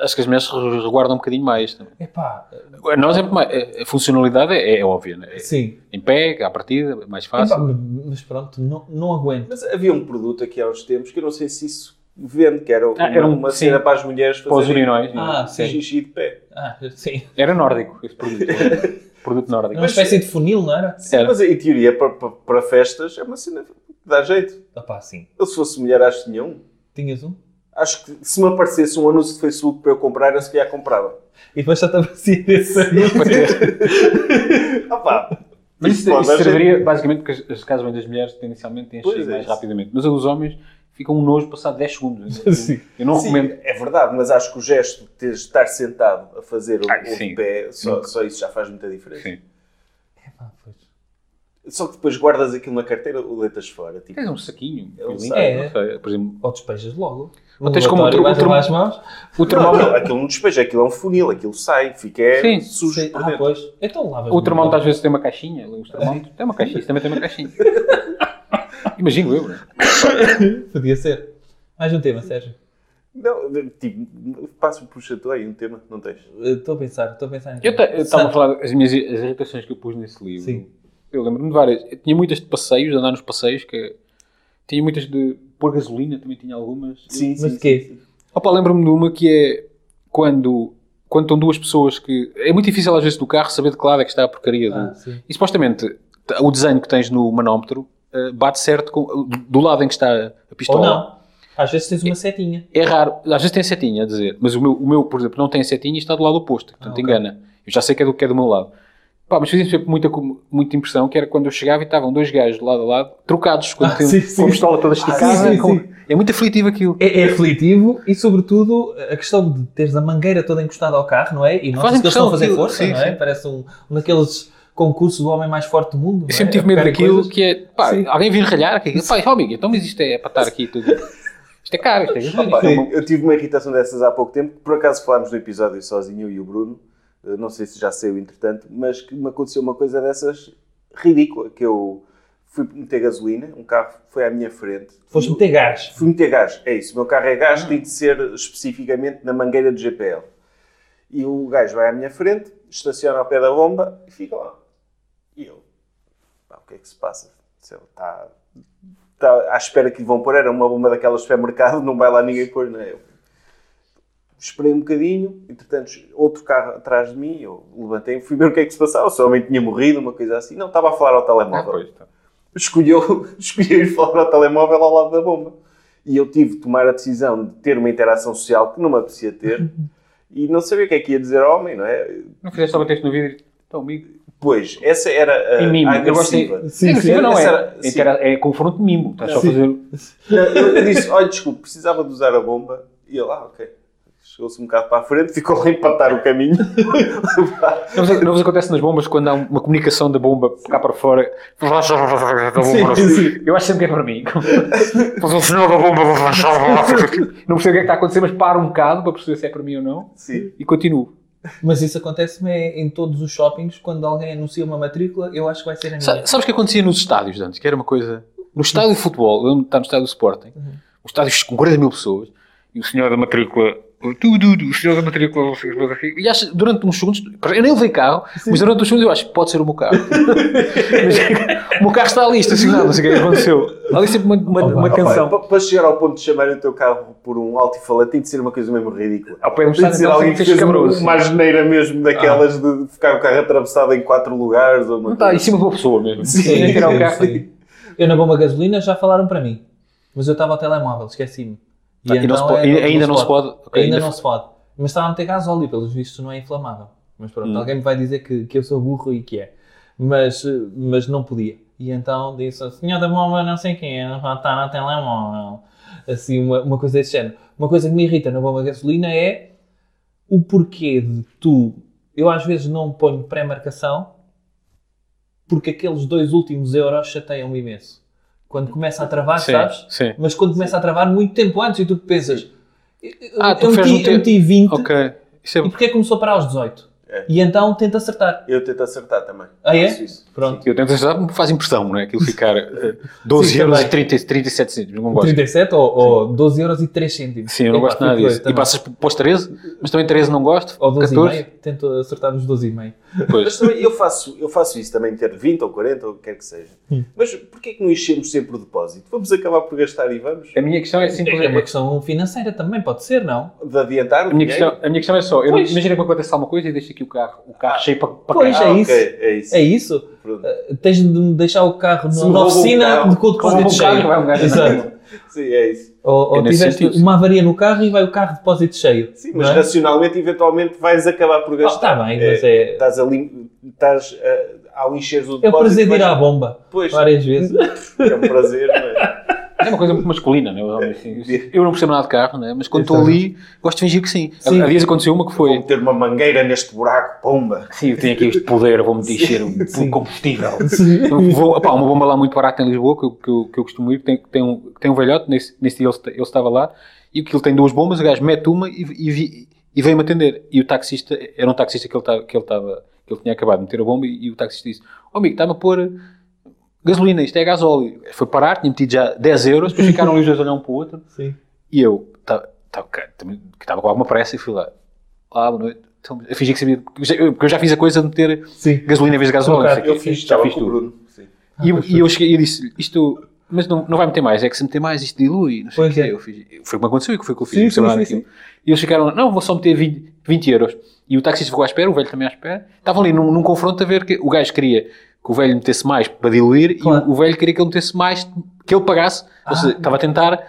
S6: Acho que as mulheres reguardam um bocadinho mais. também.
S7: Epá,
S6: Nós é muito mais... A a funcionalidade é, é óbvia, né? É
S7: sim.
S6: Em pé, à partida, é mais
S7: Epá,
S6: fácil.
S7: mas pronto, não, não aguento.
S5: Mas havia um produto aqui há uns tempos que eu não sei se isso vende, que era uma,
S6: era um-
S5: uma
S6: sim.
S5: cena para as mulheres
S6: Para os
S5: fazerem um
S6: urinóis. é?
S7: Ah, sim.
S5: xixi de pé.
S7: Ah, sim.
S6: Era nórdico, esse produto. é? produto nórdico.
S7: Era uma espécie de funil, não era?
S5: Sim,
S6: Era.
S5: mas em teoria, para, para- para festas, é uma cena que dá jeito.
S7: Opá, sim.
S5: Eu, se fosse mulher, acho que tinha um.
S7: Tinhas um?
S5: Acho que se me aparecesse um anúncio de Facebook para eu comprar, eu se calhar comprava. [laughs]
S7: E depois só te aparecia esse
S5: Ah pá,
S6: Mas
S5: Isso
S6: isso,
S5: pode
S6: isso
S5: haver.
S6: serviria basicamente porque as- as casas bem das mulheres tendencialmente têm a
S5: Pois
S6: sair
S5: é
S6: mais
S5: isso.
S6: rapidamente. Mas a dos homens ficam um nojo passado 10 segundos. Eu-
S7: Sim.
S6: Eu não
S5: sim,
S6: recomendo.
S5: é verdade, mas acho que o gesto de teres- estar sentado a fazer o,
S6: Ah,
S5: o
S6: sim.
S5: pé, só, só isso já faz muita diferença.
S6: Sim.
S7: Ah, pois.
S5: Só que depois guardas aquilo na carteira ou deitas fora. Tipo,
S6: Tens um saquinho.
S5: Eu
S6: um
S5: sei.
S6: limpo,
S7: É.
S6: não sei, Por exemplo,
S7: Ou despejas logo.
S6: Ou tens como
S7: Laboratório,
S6: um tru-
S7: vais
S6: um tru-
S7: lavar as mãos.
S6: o
S5: não,
S6: termómetro,
S5: não, aquilo não despeja, aquilo é um funil, aquilo sai, fica
S6: Sim,
S5: sujo
S7: Sim.
S5: por
S7: Ah,
S5: dentro.
S7: pois. Então lavas.
S6: o termómetro às vezes tem uma caixinha. Os termómetros tem uma caixinha. Isso também tem uma caixinha. Imagino eu. né?
S7: Podia ser. Mais um tema, Sérgio.
S5: Não, de- tipo, passo por chato aí um tema, não tens?
S7: Eh, Estou a pensar, estou a pensar em
S6: Eu
S7: tema.
S6: ta- eu estava a
S7: Sa-
S6: falar das minhas i- as irritações que eu pus nesse livro.
S7: Sim.
S6: Eu lembro-me de várias. Eu tinha muitas de passeios, de andar nos passeios, que tinha muitas de pôr gasolina, também tinha algumas.
S5: Sim,
S7: Mas de quê?
S6: Opa, lembro-me de uma que é quando, quando estão duas pessoas que. É muito difícil às vezes do carro saber de que lado é que está a porcaria. do-
S7: Ah, sim.
S6: E supostamente t- o desenho que tens no manómetro eh, bate certo com- do lado em que está a pistola.
S7: Ou não. Às vezes tens uma setinha.
S6: É raro. Às vezes tem setinha a dizer, mas o meu, o meu, por exemplo, não tem setinha e está do lado oposto. Portanto,
S7: Ah, ok.
S6: engana. Eu já sei que é do que é do meu lado. Pá, mas fazia sempre muita, com- muita impressão que era quando eu chegava e estavam dois gajos de lado a lado, trocados, quando
S7: Ah,
S6: tem- [laughs]
S7: sim, sim.
S6: com a pistola toda esticada.
S7: Ah, sim,
S6: com-
S7: sim.
S6: É muito aflitivo aquilo.
S7: É, é aflitivo e, sobretudo, a questão de teres a mangueira toda encostada ao carro, não é? E nós
S6: Fazem
S7: que eles estão a
S6: pressão,
S7: fazer
S6: aquilo.
S7: força,
S6: Sim,
S7: não é?
S6: sim.
S7: Parece um, um daqueles concursos do homem mais forte do mundo. não
S6: Eu
S7: é?
S6: sempre tive medo
S7: Qualquer
S6: daquilo
S7: coisa.
S6: que é. Pá,
S7: Sim.
S6: alguém vir ralhar. Que, pá, ó, amigo, então mas isto é para estar aqui e tudo. Isto é caro, isto é gasolina,
S5: Ah, Pá,
S6: isto é uma-
S5: eu tive uma irritação dessas há pouco tempo, que por acaso falámos no episódio sozinho eu e o Bruno, eh, não sei se já saiu entretanto, mas que me aconteceu uma coisa dessas ridícula, que eu fui meter gasolina, um carro foi à minha frente.
S7: Foste meter gás.
S5: Fui meter gás, é isso. O meu carro é
S6: Ah.
S5: gás, tem de ser especificamente na mangueira do GPL. E o gajo vai à minha frente, estaciona ao pé da bomba e fica lá. E eu, pá, o que é que se passa? Está tá à espera que lhe vão pôr, era uma bomba daquelas de supermercado, não vai lá ninguém pôr, não é? Eu esperei um bocadinho, entretanto, outro carro atrás de mim, eu levantei-me, fui ver o que é que se passava, se o homem tinha morrido, uma coisa assim. Não, estava a falar ao
S6: Ah,
S5: telemóvel
S6: pois, tá.
S5: escolheu, [laughs] escolheu ir falar ao telemóvel ao
S6: Uhum.
S5: lado da bomba. E eu tive de tomar a decisão de ter uma interação social que não me apetecia ter E não sabia o que é que ia dizer ao homem, não é?
S6: Não fizeste só bater no vidro? Então, amigo.
S5: Pois, essa era a,
S6: Em mimo.
S5: a
S6: Eu gosto
S5: É, agressiva.
S6: de.
S7: Sim,
S6: agressiva
S5: sim.
S6: não é.
S5: Essa era- sim.
S6: Intera- É confronto mimo. Estás só a
S7: Sim.
S6: fazer.
S5: Não, Eu disse, olha, desculpe, precisava de usar a bomba. E ele, ah, ok. Chegou-se um bocado para a frente, ficou a empatar o caminho.
S6: Não vos, não vos acontece nas bombas quando há uma comunicação da bomba cá para fora?
S7: Sim, sim.
S6: Eu acho sempre que é para mim. O sinal da bomba. Não percebo o que é que está a acontecer, mas paro um bocado para perceber se é para mim ou não
S5: Sim.
S6: e continuo.
S7: Mas isso acontece-me em todos os shoppings, quando alguém anuncia uma matrícula, eu acho que vai ser a minha.
S6: Sa- Sabes o que acontecia nos estádios antes? Que era uma coisa. No estádio de futebol, eu lembro de estar no estádio do Sporting, um estádio com 40 mil pessoas, e o senhor da matrícula. Tu, tu, tu, o senhor da matrícula. não sei o quê, E acho, durante uns segundos, eu nem levei carro, mas durante uns segundos eu acho, pode ser o meu carro. Mas, o meu carro está ali, estacionado, não sei o que é que aconteceu. Há ali sempre uma, uma, uma canção.
S5: Pa- Para chegar ao ponto de chamar o teu carro por um altifalante, tem de ser uma coisa mesmo ridícula.
S6: Ao pé de
S5: Tem
S6: um
S5: de
S6: estádio,
S5: ser
S6: então,
S5: alguém que
S6: sempre
S5: fez
S6: fez
S5: uma,
S7: um
S6: cabroso.
S5: uma asneira mesmo daquelas
S7: Ah.
S5: de ficar o carro atravessado em quatro lugares ou uma
S6: Não
S7: tá,
S6: está em
S5: coisa.
S6: cima de uma pessoa mesmo.
S7: Sim,
S6: Nem tirar o
S7: sim,
S6: carro.
S7: sim. Eu na bomba gasolina já falaram para mim, mas eu estava ao telemóvel, esqueci-me.
S6: Ah, e não se pode-
S7: é-
S6: ainda não se pode? Ok,
S7: ainda
S6: ainda
S7: não
S6: f-
S7: se pode. Mas estava a meter gasóleo, pelos vistos não é inflamável. Mas pronto,
S6: Hum.
S7: alguém me vai dizer que, que eu sou burro e que é. Mas, eh, mas não podia. E então disse, "O senhor da bomba não sei quem, já está na telemóvel. Assim, uma, uma coisa desse género. Uma coisa que me irrita na bomba gasolina é o porquê de tu... Eu às vezes não ponho pré-marcação porque aqueles dois últimos euros chateiam-me imenso. Quando começa a travar,
S6: Sim,
S7: sabes?
S6: sim.
S7: Mas quando começa a travar muito tempo antes e tu pensas, eu,
S6: Ah, tu
S7: eu,
S6: fez
S7: meti,
S6: no
S7: eu
S6: tempo.
S7: meti 20
S6: Ok. Isso é
S7: um e porquê começou a parar aos 18?
S5: É.
S7: E então tenta acertar.
S5: Eu tento acertar também.
S7: Ah, é?
S5: Faço isso.
S7: Pronto.
S6: Eu tento ajudar, me faz impressão, não é? Aquilo ficar eh, 12
S7: Sim,
S6: euros e
S7: também.
S6: 30, 37 cêntimos, não gosto.
S7: 37 ou, ou 12 euros e 3 cêntimos.
S6: Sim, eu não
S7: Epá,
S6: gosto nada
S7: fico doido
S6: disso. E
S7: também.
S6: passas para os 13, mas também 13 não gosto.
S7: Ou 12 e
S6: 14,
S7: meio. Tento acertar nos 12 e meio.
S6: depois.
S5: Mas também eu faço, eu faço isso também, ter 20 ou 40 ou o que quer que seja. Mas porquê é que não enchemos sempre o depósito? Vamos acabar por gastar e vamos?
S6: A minha questão é
S7: É uma
S6: simplesmente.
S7: questão financeira também, pode ser, não?
S5: De adiantar o
S6: A minha
S5: dinheiro?
S6: questão, a minha questão é só, eu não-
S7: Pois.
S6: imagina que me acontece alguma coisa e deixo aqui o carro, o carro cheio para, para
S7: Pois,
S6: cá.
S7: é
S5: ok,
S7: isso.
S5: é isso.
S7: É isso?
S5: Pronto.
S7: Uh, Tens de deixar o carro
S5: Se
S7: na
S5: me
S7: na
S5: roubam o
S7: oficina
S5: carro,
S7: de com o
S6: Roubam
S7: depósito
S6: um carro, vai um
S7: cheio.
S6: gajo.
S7: Exato.
S5: Sim, é isso.
S7: Ou,
S6: É
S7: ou
S6: nesse
S7: tiveste
S6: sentido.
S7: uma avaria no carro e vai o carro de depósito cheio.
S5: Sim,
S7: não
S5: mas
S7: é?
S5: racionalmente, eventualmente, vais acabar por
S7: Ah,
S5: gastar.
S7: Está bem, mas é.
S5: Estás, a lim... estás a- ao encheres o
S7: É o
S5: depósito.
S7: prazer de ir
S5: vais-
S7: à bomba.
S5: Pois,
S7: Várias
S5: [laughs]
S7: vezes.
S5: é um prazer, mas...
S6: É uma coisa muito masculina, né? Eu, eu- eu não percebo nada de carro, né? mas quando
S7: Então.
S6: estou ali, gosto de fingir que sim.
S7: Sim.
S6: Há há dias aconteceu uma que
S5: Vou
S6: foi.
S5: meter uma mangueira neste buraco, pomba.
S6: Sim, eu tenho aqui este poder, vou-me encher de combustível. Eu Vou, opá, uma bomba lá muito barata em Lisboa, que eu, que eu, que eu costumo ir, que tem, que tem um, que tem um velhote, nesse, nesse dia ele, esta- ele estava lá, e aquilo tem duas bombas, o gajo mete uma e, e, vi- e veio-me atender. E o taxista, era um taxista que ele, ta- que ele, tava, que ele tinha acabado de meter a bomba, e, e o taxista disse, ó amigo, está-me a pôr gasolina, isto é gasóleo. Foi parar, tinha metido já 10 euros, depois ficaram ali os dois a olhar um para o outro,
S7: Sim.
S6: e eu, tá- tá- cara, também- que estava com alguma pressa, e fui lá. Olá, boa noite. Então, eu fingi que sabia, porque eu já- eu- porque eu já fiz a coisa de meter
S7: Sim.
S6: gasolina em vez de gasóleo. não sei o quê.
S5: Eu fiz,
S6: já
S5: estava
S6: fiz
S5: com o
S6: tudo.
S5: Bruno. Sim.
S6: E
S7: Ah,
S6: eu, e eu cheguei e disse, isto, mas não, não vai meter mais, é que se meter mais isto dilui, não sei o
S7: Pois
S6: quê.
S7: é.
S6: Eu fiz, foi o que me aconteceu e que foi o que eu fiz,
S7: Sim,
S6: não percebo
S7: sim,
S6: nada
S7: sim,
S6: daquilo. E eles ficaram, não, vou só meter 20, 20 euros. E o taxista ficou à espera, o velho também à espera. Estavam ali num, num confronto a ver que o gajo queria que o velho metesse mais para diluir
S7: Claro. Ah.
S6: e o, o velho queria que ele metesse mais, que ele pagasse. Ou seja, estava a tentar que,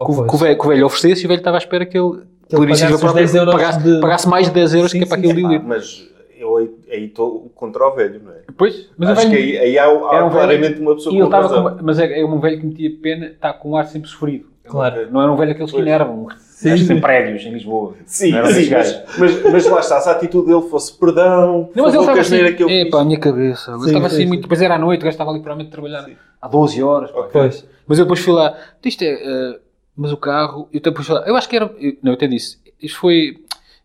S7: Oh,
S6: o-
S7: pois.
S6: que o velho, que o velho oferecesse e o velho estava à espera que ele,
S7: Que ele
S6: por iniciativa
S7: pagasse os 10 euros
S6: pagasse,
S7: de-
S6: pagasse mais de 10 euros
S7: Sim,
S6: que é para
S7: sim,
S6: aquilo
S7: sim.
S6: diluir.
S5: Mas eu aí- aí estou contra o velho, não é?
S6: Pois, mas o
S5: Acho
S6: velho-
S5: que aí, aí há, há
S6: Era um velho-
S5: Ah, claramente uma pessoa
S6: E ele
S5: com
S6: estava
S5: razão.
S6: com, mas é, é um velho que metia pena, está com um ar sempre sofrido.
S7: Claro.
S6: Não era um velho aqueles que
S5: Pois.
S6: enervam. Acho que tem prédios em Lisboa.
S5: Sim,
S6: Não eram
S5: sim,
S6: esses gajos.
S5: mas, mas, mas lá está, se a atitude dele fosse perdão, por
S6: Não, mas ele
S5: favor,
S6: estava
S5: que asneira que eu
S6: assim,
S5: fiz.
S6: epá, a minha cabeça. Ele
S7: Sim,
S6: estava
S7: sim,
S6: assim
S7: sim.
S6: muito, depois era à noite, o gajo estava ali provavelmente a trabalhar há 12 horas. pá.
S7: Pois.
S6: Mas eu depois fui lá, isto é, eh, mas o carro, eu depois fui lá, eu acho que era, eu- não, eu até disse, isto foi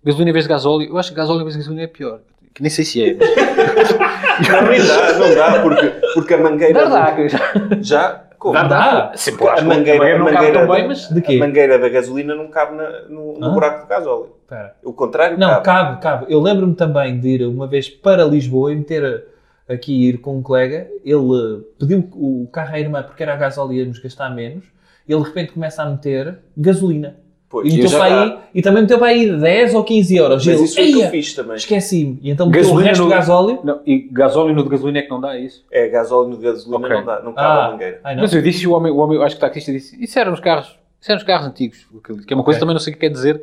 S6: gasolina em vez de gasóleo, eu acho que gasóleo em vez de gasolina é pior. Que nem sei se é.
S5: [laughs]
S6: Mas
S5: Não, nem dá, não dá, porque, porque a mangueira...
S6: dá, dá, que eu já-
S5: Já? Como?
S6: dá, dá. Sempre
S5: A
S6: acho que
S5: mangueira,
S6: também
S5: a
S6: não cabe
S5: mangueira
S6: tão
S5: da-
S6: bem, mas
S7: De
S5: A
S7: quê?
S5: mangueira da gasolina não cabe na- no, no
S7: Ah.
S5: buraco do gasóleo.
S7: Espera.
S5: O contrário
S7: Não,
S5: cabe.
S7: cabe, cabe. Eu lembro-me também de ir uma vez para Lisboa e meter aqui ir com um colega. Ele eh, pediu o carro à irmã porque era a gasóleo e ia nos gastar menos. Ele de repente começa a meter gasolina.
S5: Pois,
S7: E,
S5: eu
S6: então
S7: meteu
S5: já-
S6: tá
S7: para aí, e também meteu para aí 10 ou 15 euros.
S5: Mas
S7: Ele,
S5: isso foi o que eu
S7: "Eia,
S5: fiz é?" também.
S7: Esqueci-me. E então meteu o
S6: Gasolina
S7: resto do
S6: no-
S7: gasóleo.
S6: Não, e gasóleo no de gasolina é que não dá isso.
S5: É, gasóleo de gasolina
S6: Ok.
S5: não dá, não cabe a
S7: Ah,
S5: mangueira.
S7: ai, não.
S6: Mas eu disse, o homem, o homem, eu acho que o taxista disse, isso eram os carros, isso eram os carros antigos, aquilo, que é uma coisa que também não sei o que quer dizer.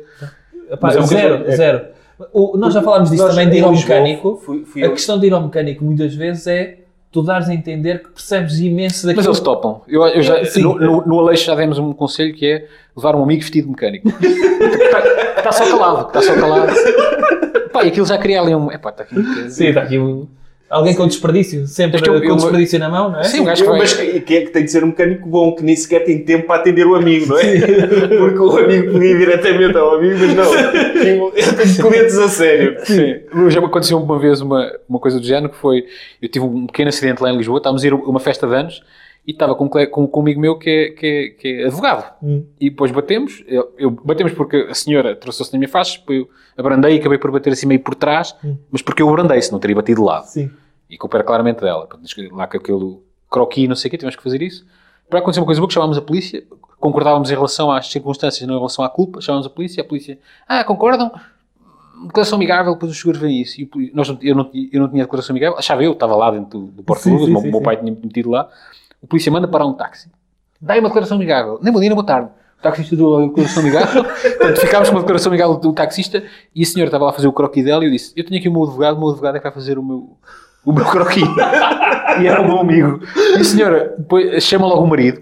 S7: Epá,
S6: Mas é uma coisa-
S7: zero,
S6: é-
S7: zero. O- nós já falámos disso
S5: um Nós,
S7: também de
S5: em
S7: ir ao
S5: Lisboa,
S7: mecânico.
S5: fui- fui
S7: a
S5: eu-
S7: questão de ir ao mecânico muitas vezes é tu dares a entender que percebes imenso
S6: Mas
S7: daquilo.
S6: eles topam. Eu, eu já,
S7: Sim.
S6: no, no, no Aleixo já demos um conselho que é levar um amigo vestido de mecânico. Está tá só calado, está só calado. Pá, e aquilo já cria ali um. Epá, está aqui um bocadinho.
S7: Sim, está aqui um- alguém com desperdício, sempre
S6: Mas É que eu-
S7: com
S6: eu-
S7: desperdício na mão, não é?
S6: Sim, um gajo que vai.
S5: Mas quem é que tem de ser um mecânico bom que nem sequer tem tempo para atender o amigo, não é? [laughs] Porque o amigo podia ir diretamente ao amigo, mas não. Eu tenho clientes a sério.
S6: Sim. Já me aconteceu uma vez uma, uma coisa do género que foi. Eu tive um pequeno acidente lá em Lisboa, estávamos a ir a uma festa de anos e estava com, um colega- com, com um amigo meu que é, que é, que é advogado. E depois batemos, eu, eu- batemos porque a senhora trouxe-se na minha face, depois eu abrandei e acabei por bater assim meio por trás, mas porque eu abrandei, se não teria batido de lado.
S7: Sim.
S6: E culpa era claramente dela. Portanto, diz que Lá com aquele croqui e não sei o quê, tivemos que fazer isso. Para acontecer uma coisa boa, que chamámos a polícia, concordávamos em relação às circunstâncias, não em relação à culpa, chamámos a polícia, a polícia, ah, concordam? Declaração amigável, depois os seguros veem isso. E o poli- nós não- eu, não, ti- eu não tinha declaração amigável, achava eu, estava lá dentro do, do porta-luvas,
S7: sim,
S6: o meu,
S7: sim,
S6: meu
S7: sim.
S6: pai tinha me metido lá. O polícia manda parar um táxi. Dá-lhe uma declaração amigável, nem bom dia, nem boa tarde. O taxista deu a
S7: [laughs]
S6: declaração amigável, portanto ficámos com a declaração amigável do taxista e a senhora estava lá a fazer o croqui dela e eu disse: Eu tenho aqui o meu advogado, o meu advogado é que vai fazer o meu, o meu croqui. e
S5: é um
S6: era o meu amigo. E a senhora depois, chama logo o marido.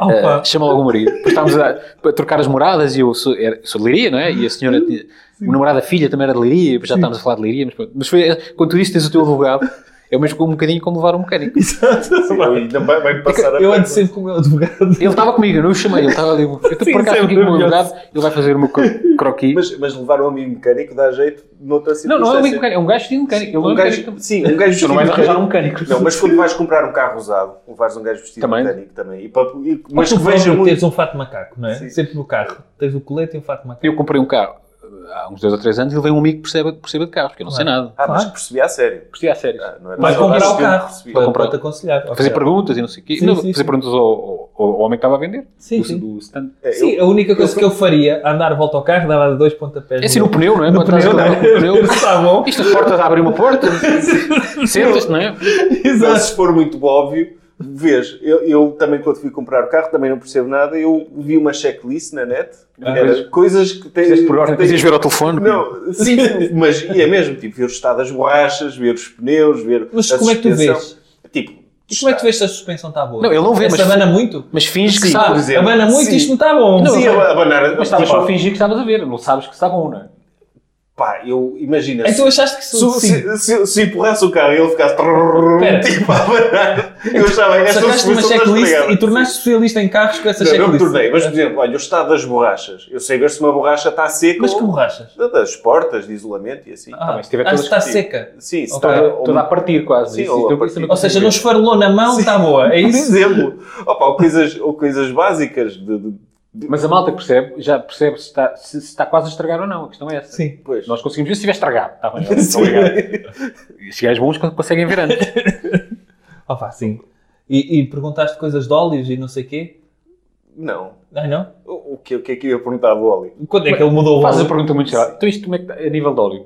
S6: eh,
S7: Opa,
S6: chama logo o marido. Depois estávamos a, a trocar as moradas e eu sou, era, sou de Leiria, não é? E a senhora, tinha- o namorado da filha também era de Leiria, e depois já estávamos a falar de Leiria, mas pronto. Mas foi, quando tu disse tens o teu advogado, é o mesmo um bocadinho como levar um mecânico.
S7: exato.
S5: Eu ainda vai, vai
S6: É,
S5: passar a
S7: Eu ando
S5: perna.
S7: sempre com o meu advogado.
S6: Ele estava comigo, eu não o chamei, ele estava ali. Eu estou
S7: é Sim,
S6: por acaso
S7: sempre
S6: aqui com o meu
S7: maravilhoso.
S6: advogado, ele vai fazer o meu cro- croqui.
S5: Mas, mas levar um amigo mecânico dá jeito noutra
S6: não,
S5: situação.
S6: não é um amigo mecânico, é um gajo de mecânico. Ele não é
S5: Um
S6: um
S5: gajo-
S6: mecânico.
S5: sim, um gajo
S6: Tu não vais
S5: vestido
S6: arranjar um
S5: mecânico.
S6: mecânico.
S5: Não, mas quando vais comprar um carro usado, levares um gajo vestido
S6: Também.
S5: mecânico também. E para- e-
S7: Mas [laughs]
S5: mas
S7: tu
S5: que veja
S7: vejo
S5: muito.
S7: tens um fato de macaco, não é?
S5: Sim.
S7: Sempre no carro. Tens o colete e um fato de macaco.
S6: Eu comprei um carro eh, há uns dois ou três anos e levei um amigo que perceba, perceba de carros, porque eu não sei nada.
S5: Ah, mas
S7: Claro.
S5: percebi a sério.
S6: Percebi a sério.
S5: Ah, não era
S7: Vai
S5: nada
S7: comprar
S5: disso
S7: o
S5: que eu
S7: carro.
S5: percebi.
S7: Para,
S6: comprar.
S7: para te aconselhar.
S6: Fazer
S7: Ok.
S6: perguntas e não sei o quê.
S7: Sim,
S6: Não,
S7: sim,
S6: fazer
S7: sim.
S6: perguntas ao, ao- ao homem que estava a vender.
S7: Sim,
S6: do,
S7: sim.
S6: do stand.
S5: É, eu-
S7: Sim, a única coisa
S5: eu-
S7: que eu faria, andar volta ao carro, dava dois pontapés.
S6: É assim no pneu, não é? No
S7: pneu, não é? Está bom.
S6: Isto as portas abrem
S7: [laughs]
S6: uma porta, sentas, não é?
S5: Mas
S7: Exato.
S5: se for muito óbvio, vês, eu, eu também quando fui comprar o carro, também não percebo nada, eu vi uma checklist na net,
S6: Ah,
S5: era
S6: mas-
S5: coisas que tens...
S6: Fizeste por ordem,
S5: tens-
S6: precisas ver ao telefone.
S5: Não, sim, mas e é mesmo, tipo, ver o estado das borrachas, ver os pneus, ver
S7: Mas
S5: a
S7: como é que tu
S5: suspensão.
S7: vês?
S5: Tipo,
S7: E como é que tu vês se a suspensão está boa?
S6: Não, ele não vê,
S7: Essa
S6: mas-
S7: abana muito?
S6: Mas finges que
S5: Sim, por
S6: sabes.
S5: exemplo.
S7: Abana muito,
S5: Sim.
S7: isto não tá está bom.
S5: sim, a abanar...
S6: Mas estavas
S5: tipo,
S6: só a fingir que estavas a ver, não sabes que está bom, não é?
S5: Pá, eu imagino...
S7: Então achaste que
S5: Se,
S7: sou sim.
S5: se, se, se empurrasse o carro e ele ficasse
S7: Espera.
S5: [laughs] tipo a abanar, eu estava esta
S7: Sacaste uma
S5: suspensão está
S7: checklist
S5: estragada.
S7: e tornaste especialista em carros com essa
S5: Não, não me
S7: checklist.
S5: tornei, mas por exemplo, olha, o estado das borrachas. Eu sei ver se uma borracha está seca
S7: Ah, Mas que
S5: ou
S7: borrachas?
S5: das portas de isolamento e assim.
S7: Ah,
S6: bem, se tiver
S7: ah,
S6: todas
S7: está
S5: Sim.
S7: seca.
S5: Sim, se um
S7: Ok.
S5: está ou-
S6: Toda a partir quase.
S5: Sim,
S6: Isso-
S5: ou a
S6: então
S5: partir.
S6: isso eu não
S7: Ou seja,
S6: consigo
S7: não
S6: ver.
S7: esfarelou na mão, está boa. É
S5: Por
S7: isso?
S5: um exemplo, opa, ou, coisas, ou coisas básicas de, de-
S6: Mas a malta que percebe, já percebe se está, se- se está quase a estragar ou não. A questão é essa.
S7: Sim.
S5: pois. [laughs]
S6: Nós conseguimos ver se estiver estragado. Está bem, obrigado. E Esses gajos bons con- conseguem ver antes.
S7: Ah, vá, sim. E, e perguntaste coisas de óleos e não sei quê?
S5: Não.
S7: Ai, não?
S5: O o que, o que é que eu ia perguntar do óleo? [laughs]
S7: Quando é que ele mudou o
S6: Faz a
S7: óleo?
S6: pergunta muito geral. Então isto como é que está a nível
S7: [laughs]
S6: de óleo?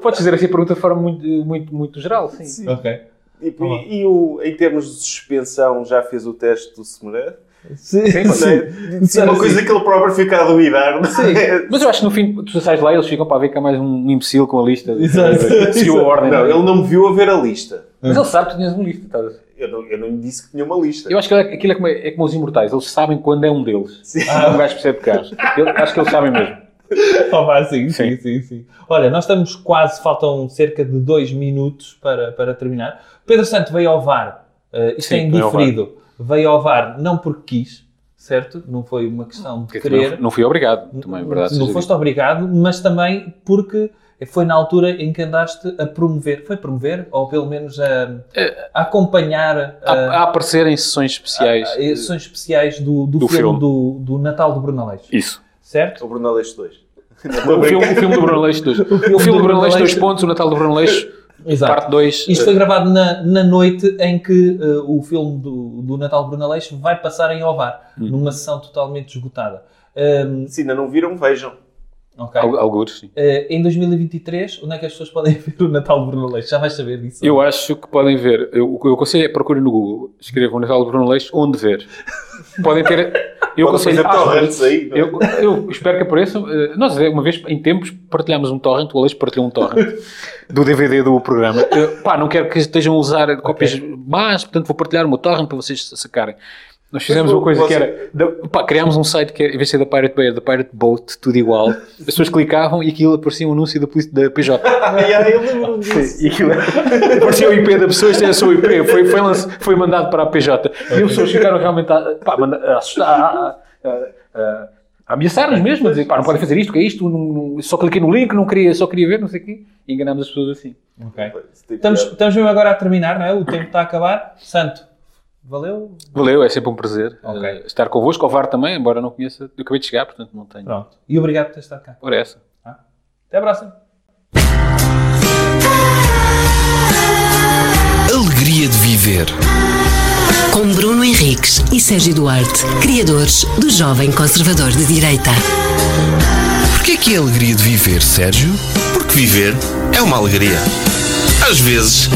S6: Podes fazer assim a pergunta de forma muito, muito, muito geral, sim.
S5: Sim.
S7: Ok.
S5: E, tipo, e- e o, em termos de suspensão, já fez o teste do Semeré?
S7: Sim,
S5: Não sei. Isso é uma
S7: Sim.
S5: coisa que ele próprio fica a duvidar. não é?
S6: Mas eu acho que no fim, tu sais lá e eles ficam para ver que há mais um imbecil com a lista. de-
S7: Exato.
S6: [laughs] Seguiu a ordem.
S5: Não,
S6: não é?
S5: ele não me viu a ver a lista.
S6: Mas ele sabe que tu tinhas uma lista. estás a ver?
S5: Eu não, eu não lhe disse que tinha uma lista.
S6: Eu acho que aquilo é como, é como os imortais. Eles sabem quando é um deles. Ah, um gajo percebe de carros. Eu Acho que eles sabem mesmo.
S7: [laughs] Ah, vá, sim, sim, sim, sim. Olha, nós estamos quase, faltam cerca de dois minutos para, para terminar. Pedro Santo veio ao VAR. eh, isto é
S6: Sim, veio ao VAR.
S7: indiferido. Veio ao VAR não porque quis, certo? Não foi uma questão de
S6: Porque também
S7: querer.
S6: Não, não fui obrigado. Também, é verdade.
S7: não
S6: seja
S7: foste obrigado, mas também porque foi na altura em que andaste a promover, foi promover, ou pelo menos a,
S6: Eh,
S7: a acompanhar
S6: dita.
S7: a,
S6: a, a aparecer em sessões especiais.
S7: a- edições especiais do, do,
S6: ah, Do
S7: filme,
S6: filme.
S7: Do, do Natal do Bruno Aleixo,
S6: Isso.
S7: certo?
S5: É O Bruno Aleixo 2.
S6: O filme, o filme do Bruno Leixo 2. O filme, do Bruno Leixo, dois pontos, o Natal do Bruno Leixo,
S7: Exato.
S6: parte 2.
S7: Isto foi gravado na, na noite em que eh, o filme do, do Natal de Bruno Aleixo vai passar em Ovar, numa sessão totalmente esgotada. Ahm,
S5: Se ainda não viram, vejam.
S7: ok.
S6: Algures, sim.
S7: Eh, em 2023, onde é que as pessoas podem [laughs] ver o Natal de Bruno Aleixo? Já vais saber disso.
S6: Eu acho que é podem ver. Eu, o que eu aconselho é procurem no Google, escrevam Natal do Bruno Leixo, onde ver. Podem ter Eu
S5: Pode fazer
S6: aconselho. Ah,
S5: torrents aí. não é?
S6: Eu, eu espero que apareçam. Eh, Nós, eh, uma vez em tempos, partilhámos um torrent, o Alex partilhou
S5: [laughs]
S6: um torrent do DVD do programa. Eh, pá, não quero que estejam a usar cópias más, portanto vou partilhar o meu torrent para vocês sacarem. Nós fizemos
S5: Mas
S6: uma coisa
S5: você-
S6: que era. da- Pá, criámos um site que era, em vez de ser da Pirate Bay, era da Pirate Boat, tudo igual. As pessoas clicavam e aquilo aparecia um anúncio da, polícia- da PJ.
S5: Ai, ai, Ah, eu lembro-me disso.
S6: E aquilo aparecia o IP da pessoa, isto era o seu IP, foi, foi, lance- foi mandado para a PJ. E as pessoas ficaram realmente a, pá, manda- a assustar, a, a, a- a ameaçar-nos mesmo, a dizer, pá, não podem fazer isto, que é isto, não- não- só cliquei no link, não queria, só queria ver, não sei o quê. E enganámos as pessoas assim.
S7: Ok.
S5: Esse tipo
S7: Estamos,
S5: de-
S7: estamos mesmo agora a terminar, não é? O tempo está a acabar. Santo, valeu?
S6: Valeu, é sempre um prazer
S7: Ok.
S6: eh, estar convosco, ao VAR também, embora não conheça, eu acabei de chegar, portanto não tenho.
S7: Pronto. E obrigado por ter estado cá. Tá?
S6: Por essa.
S7: Até a próxima.
S1: Alegria de viver.
S4: Com Bruno Henriques e Sérgio Duarte, criadores do Jovem Conservador de Direita.
S1: Porquê que é alegria de viver, Sérgio?
S3: Porque viver é uma alegria. Às vezes.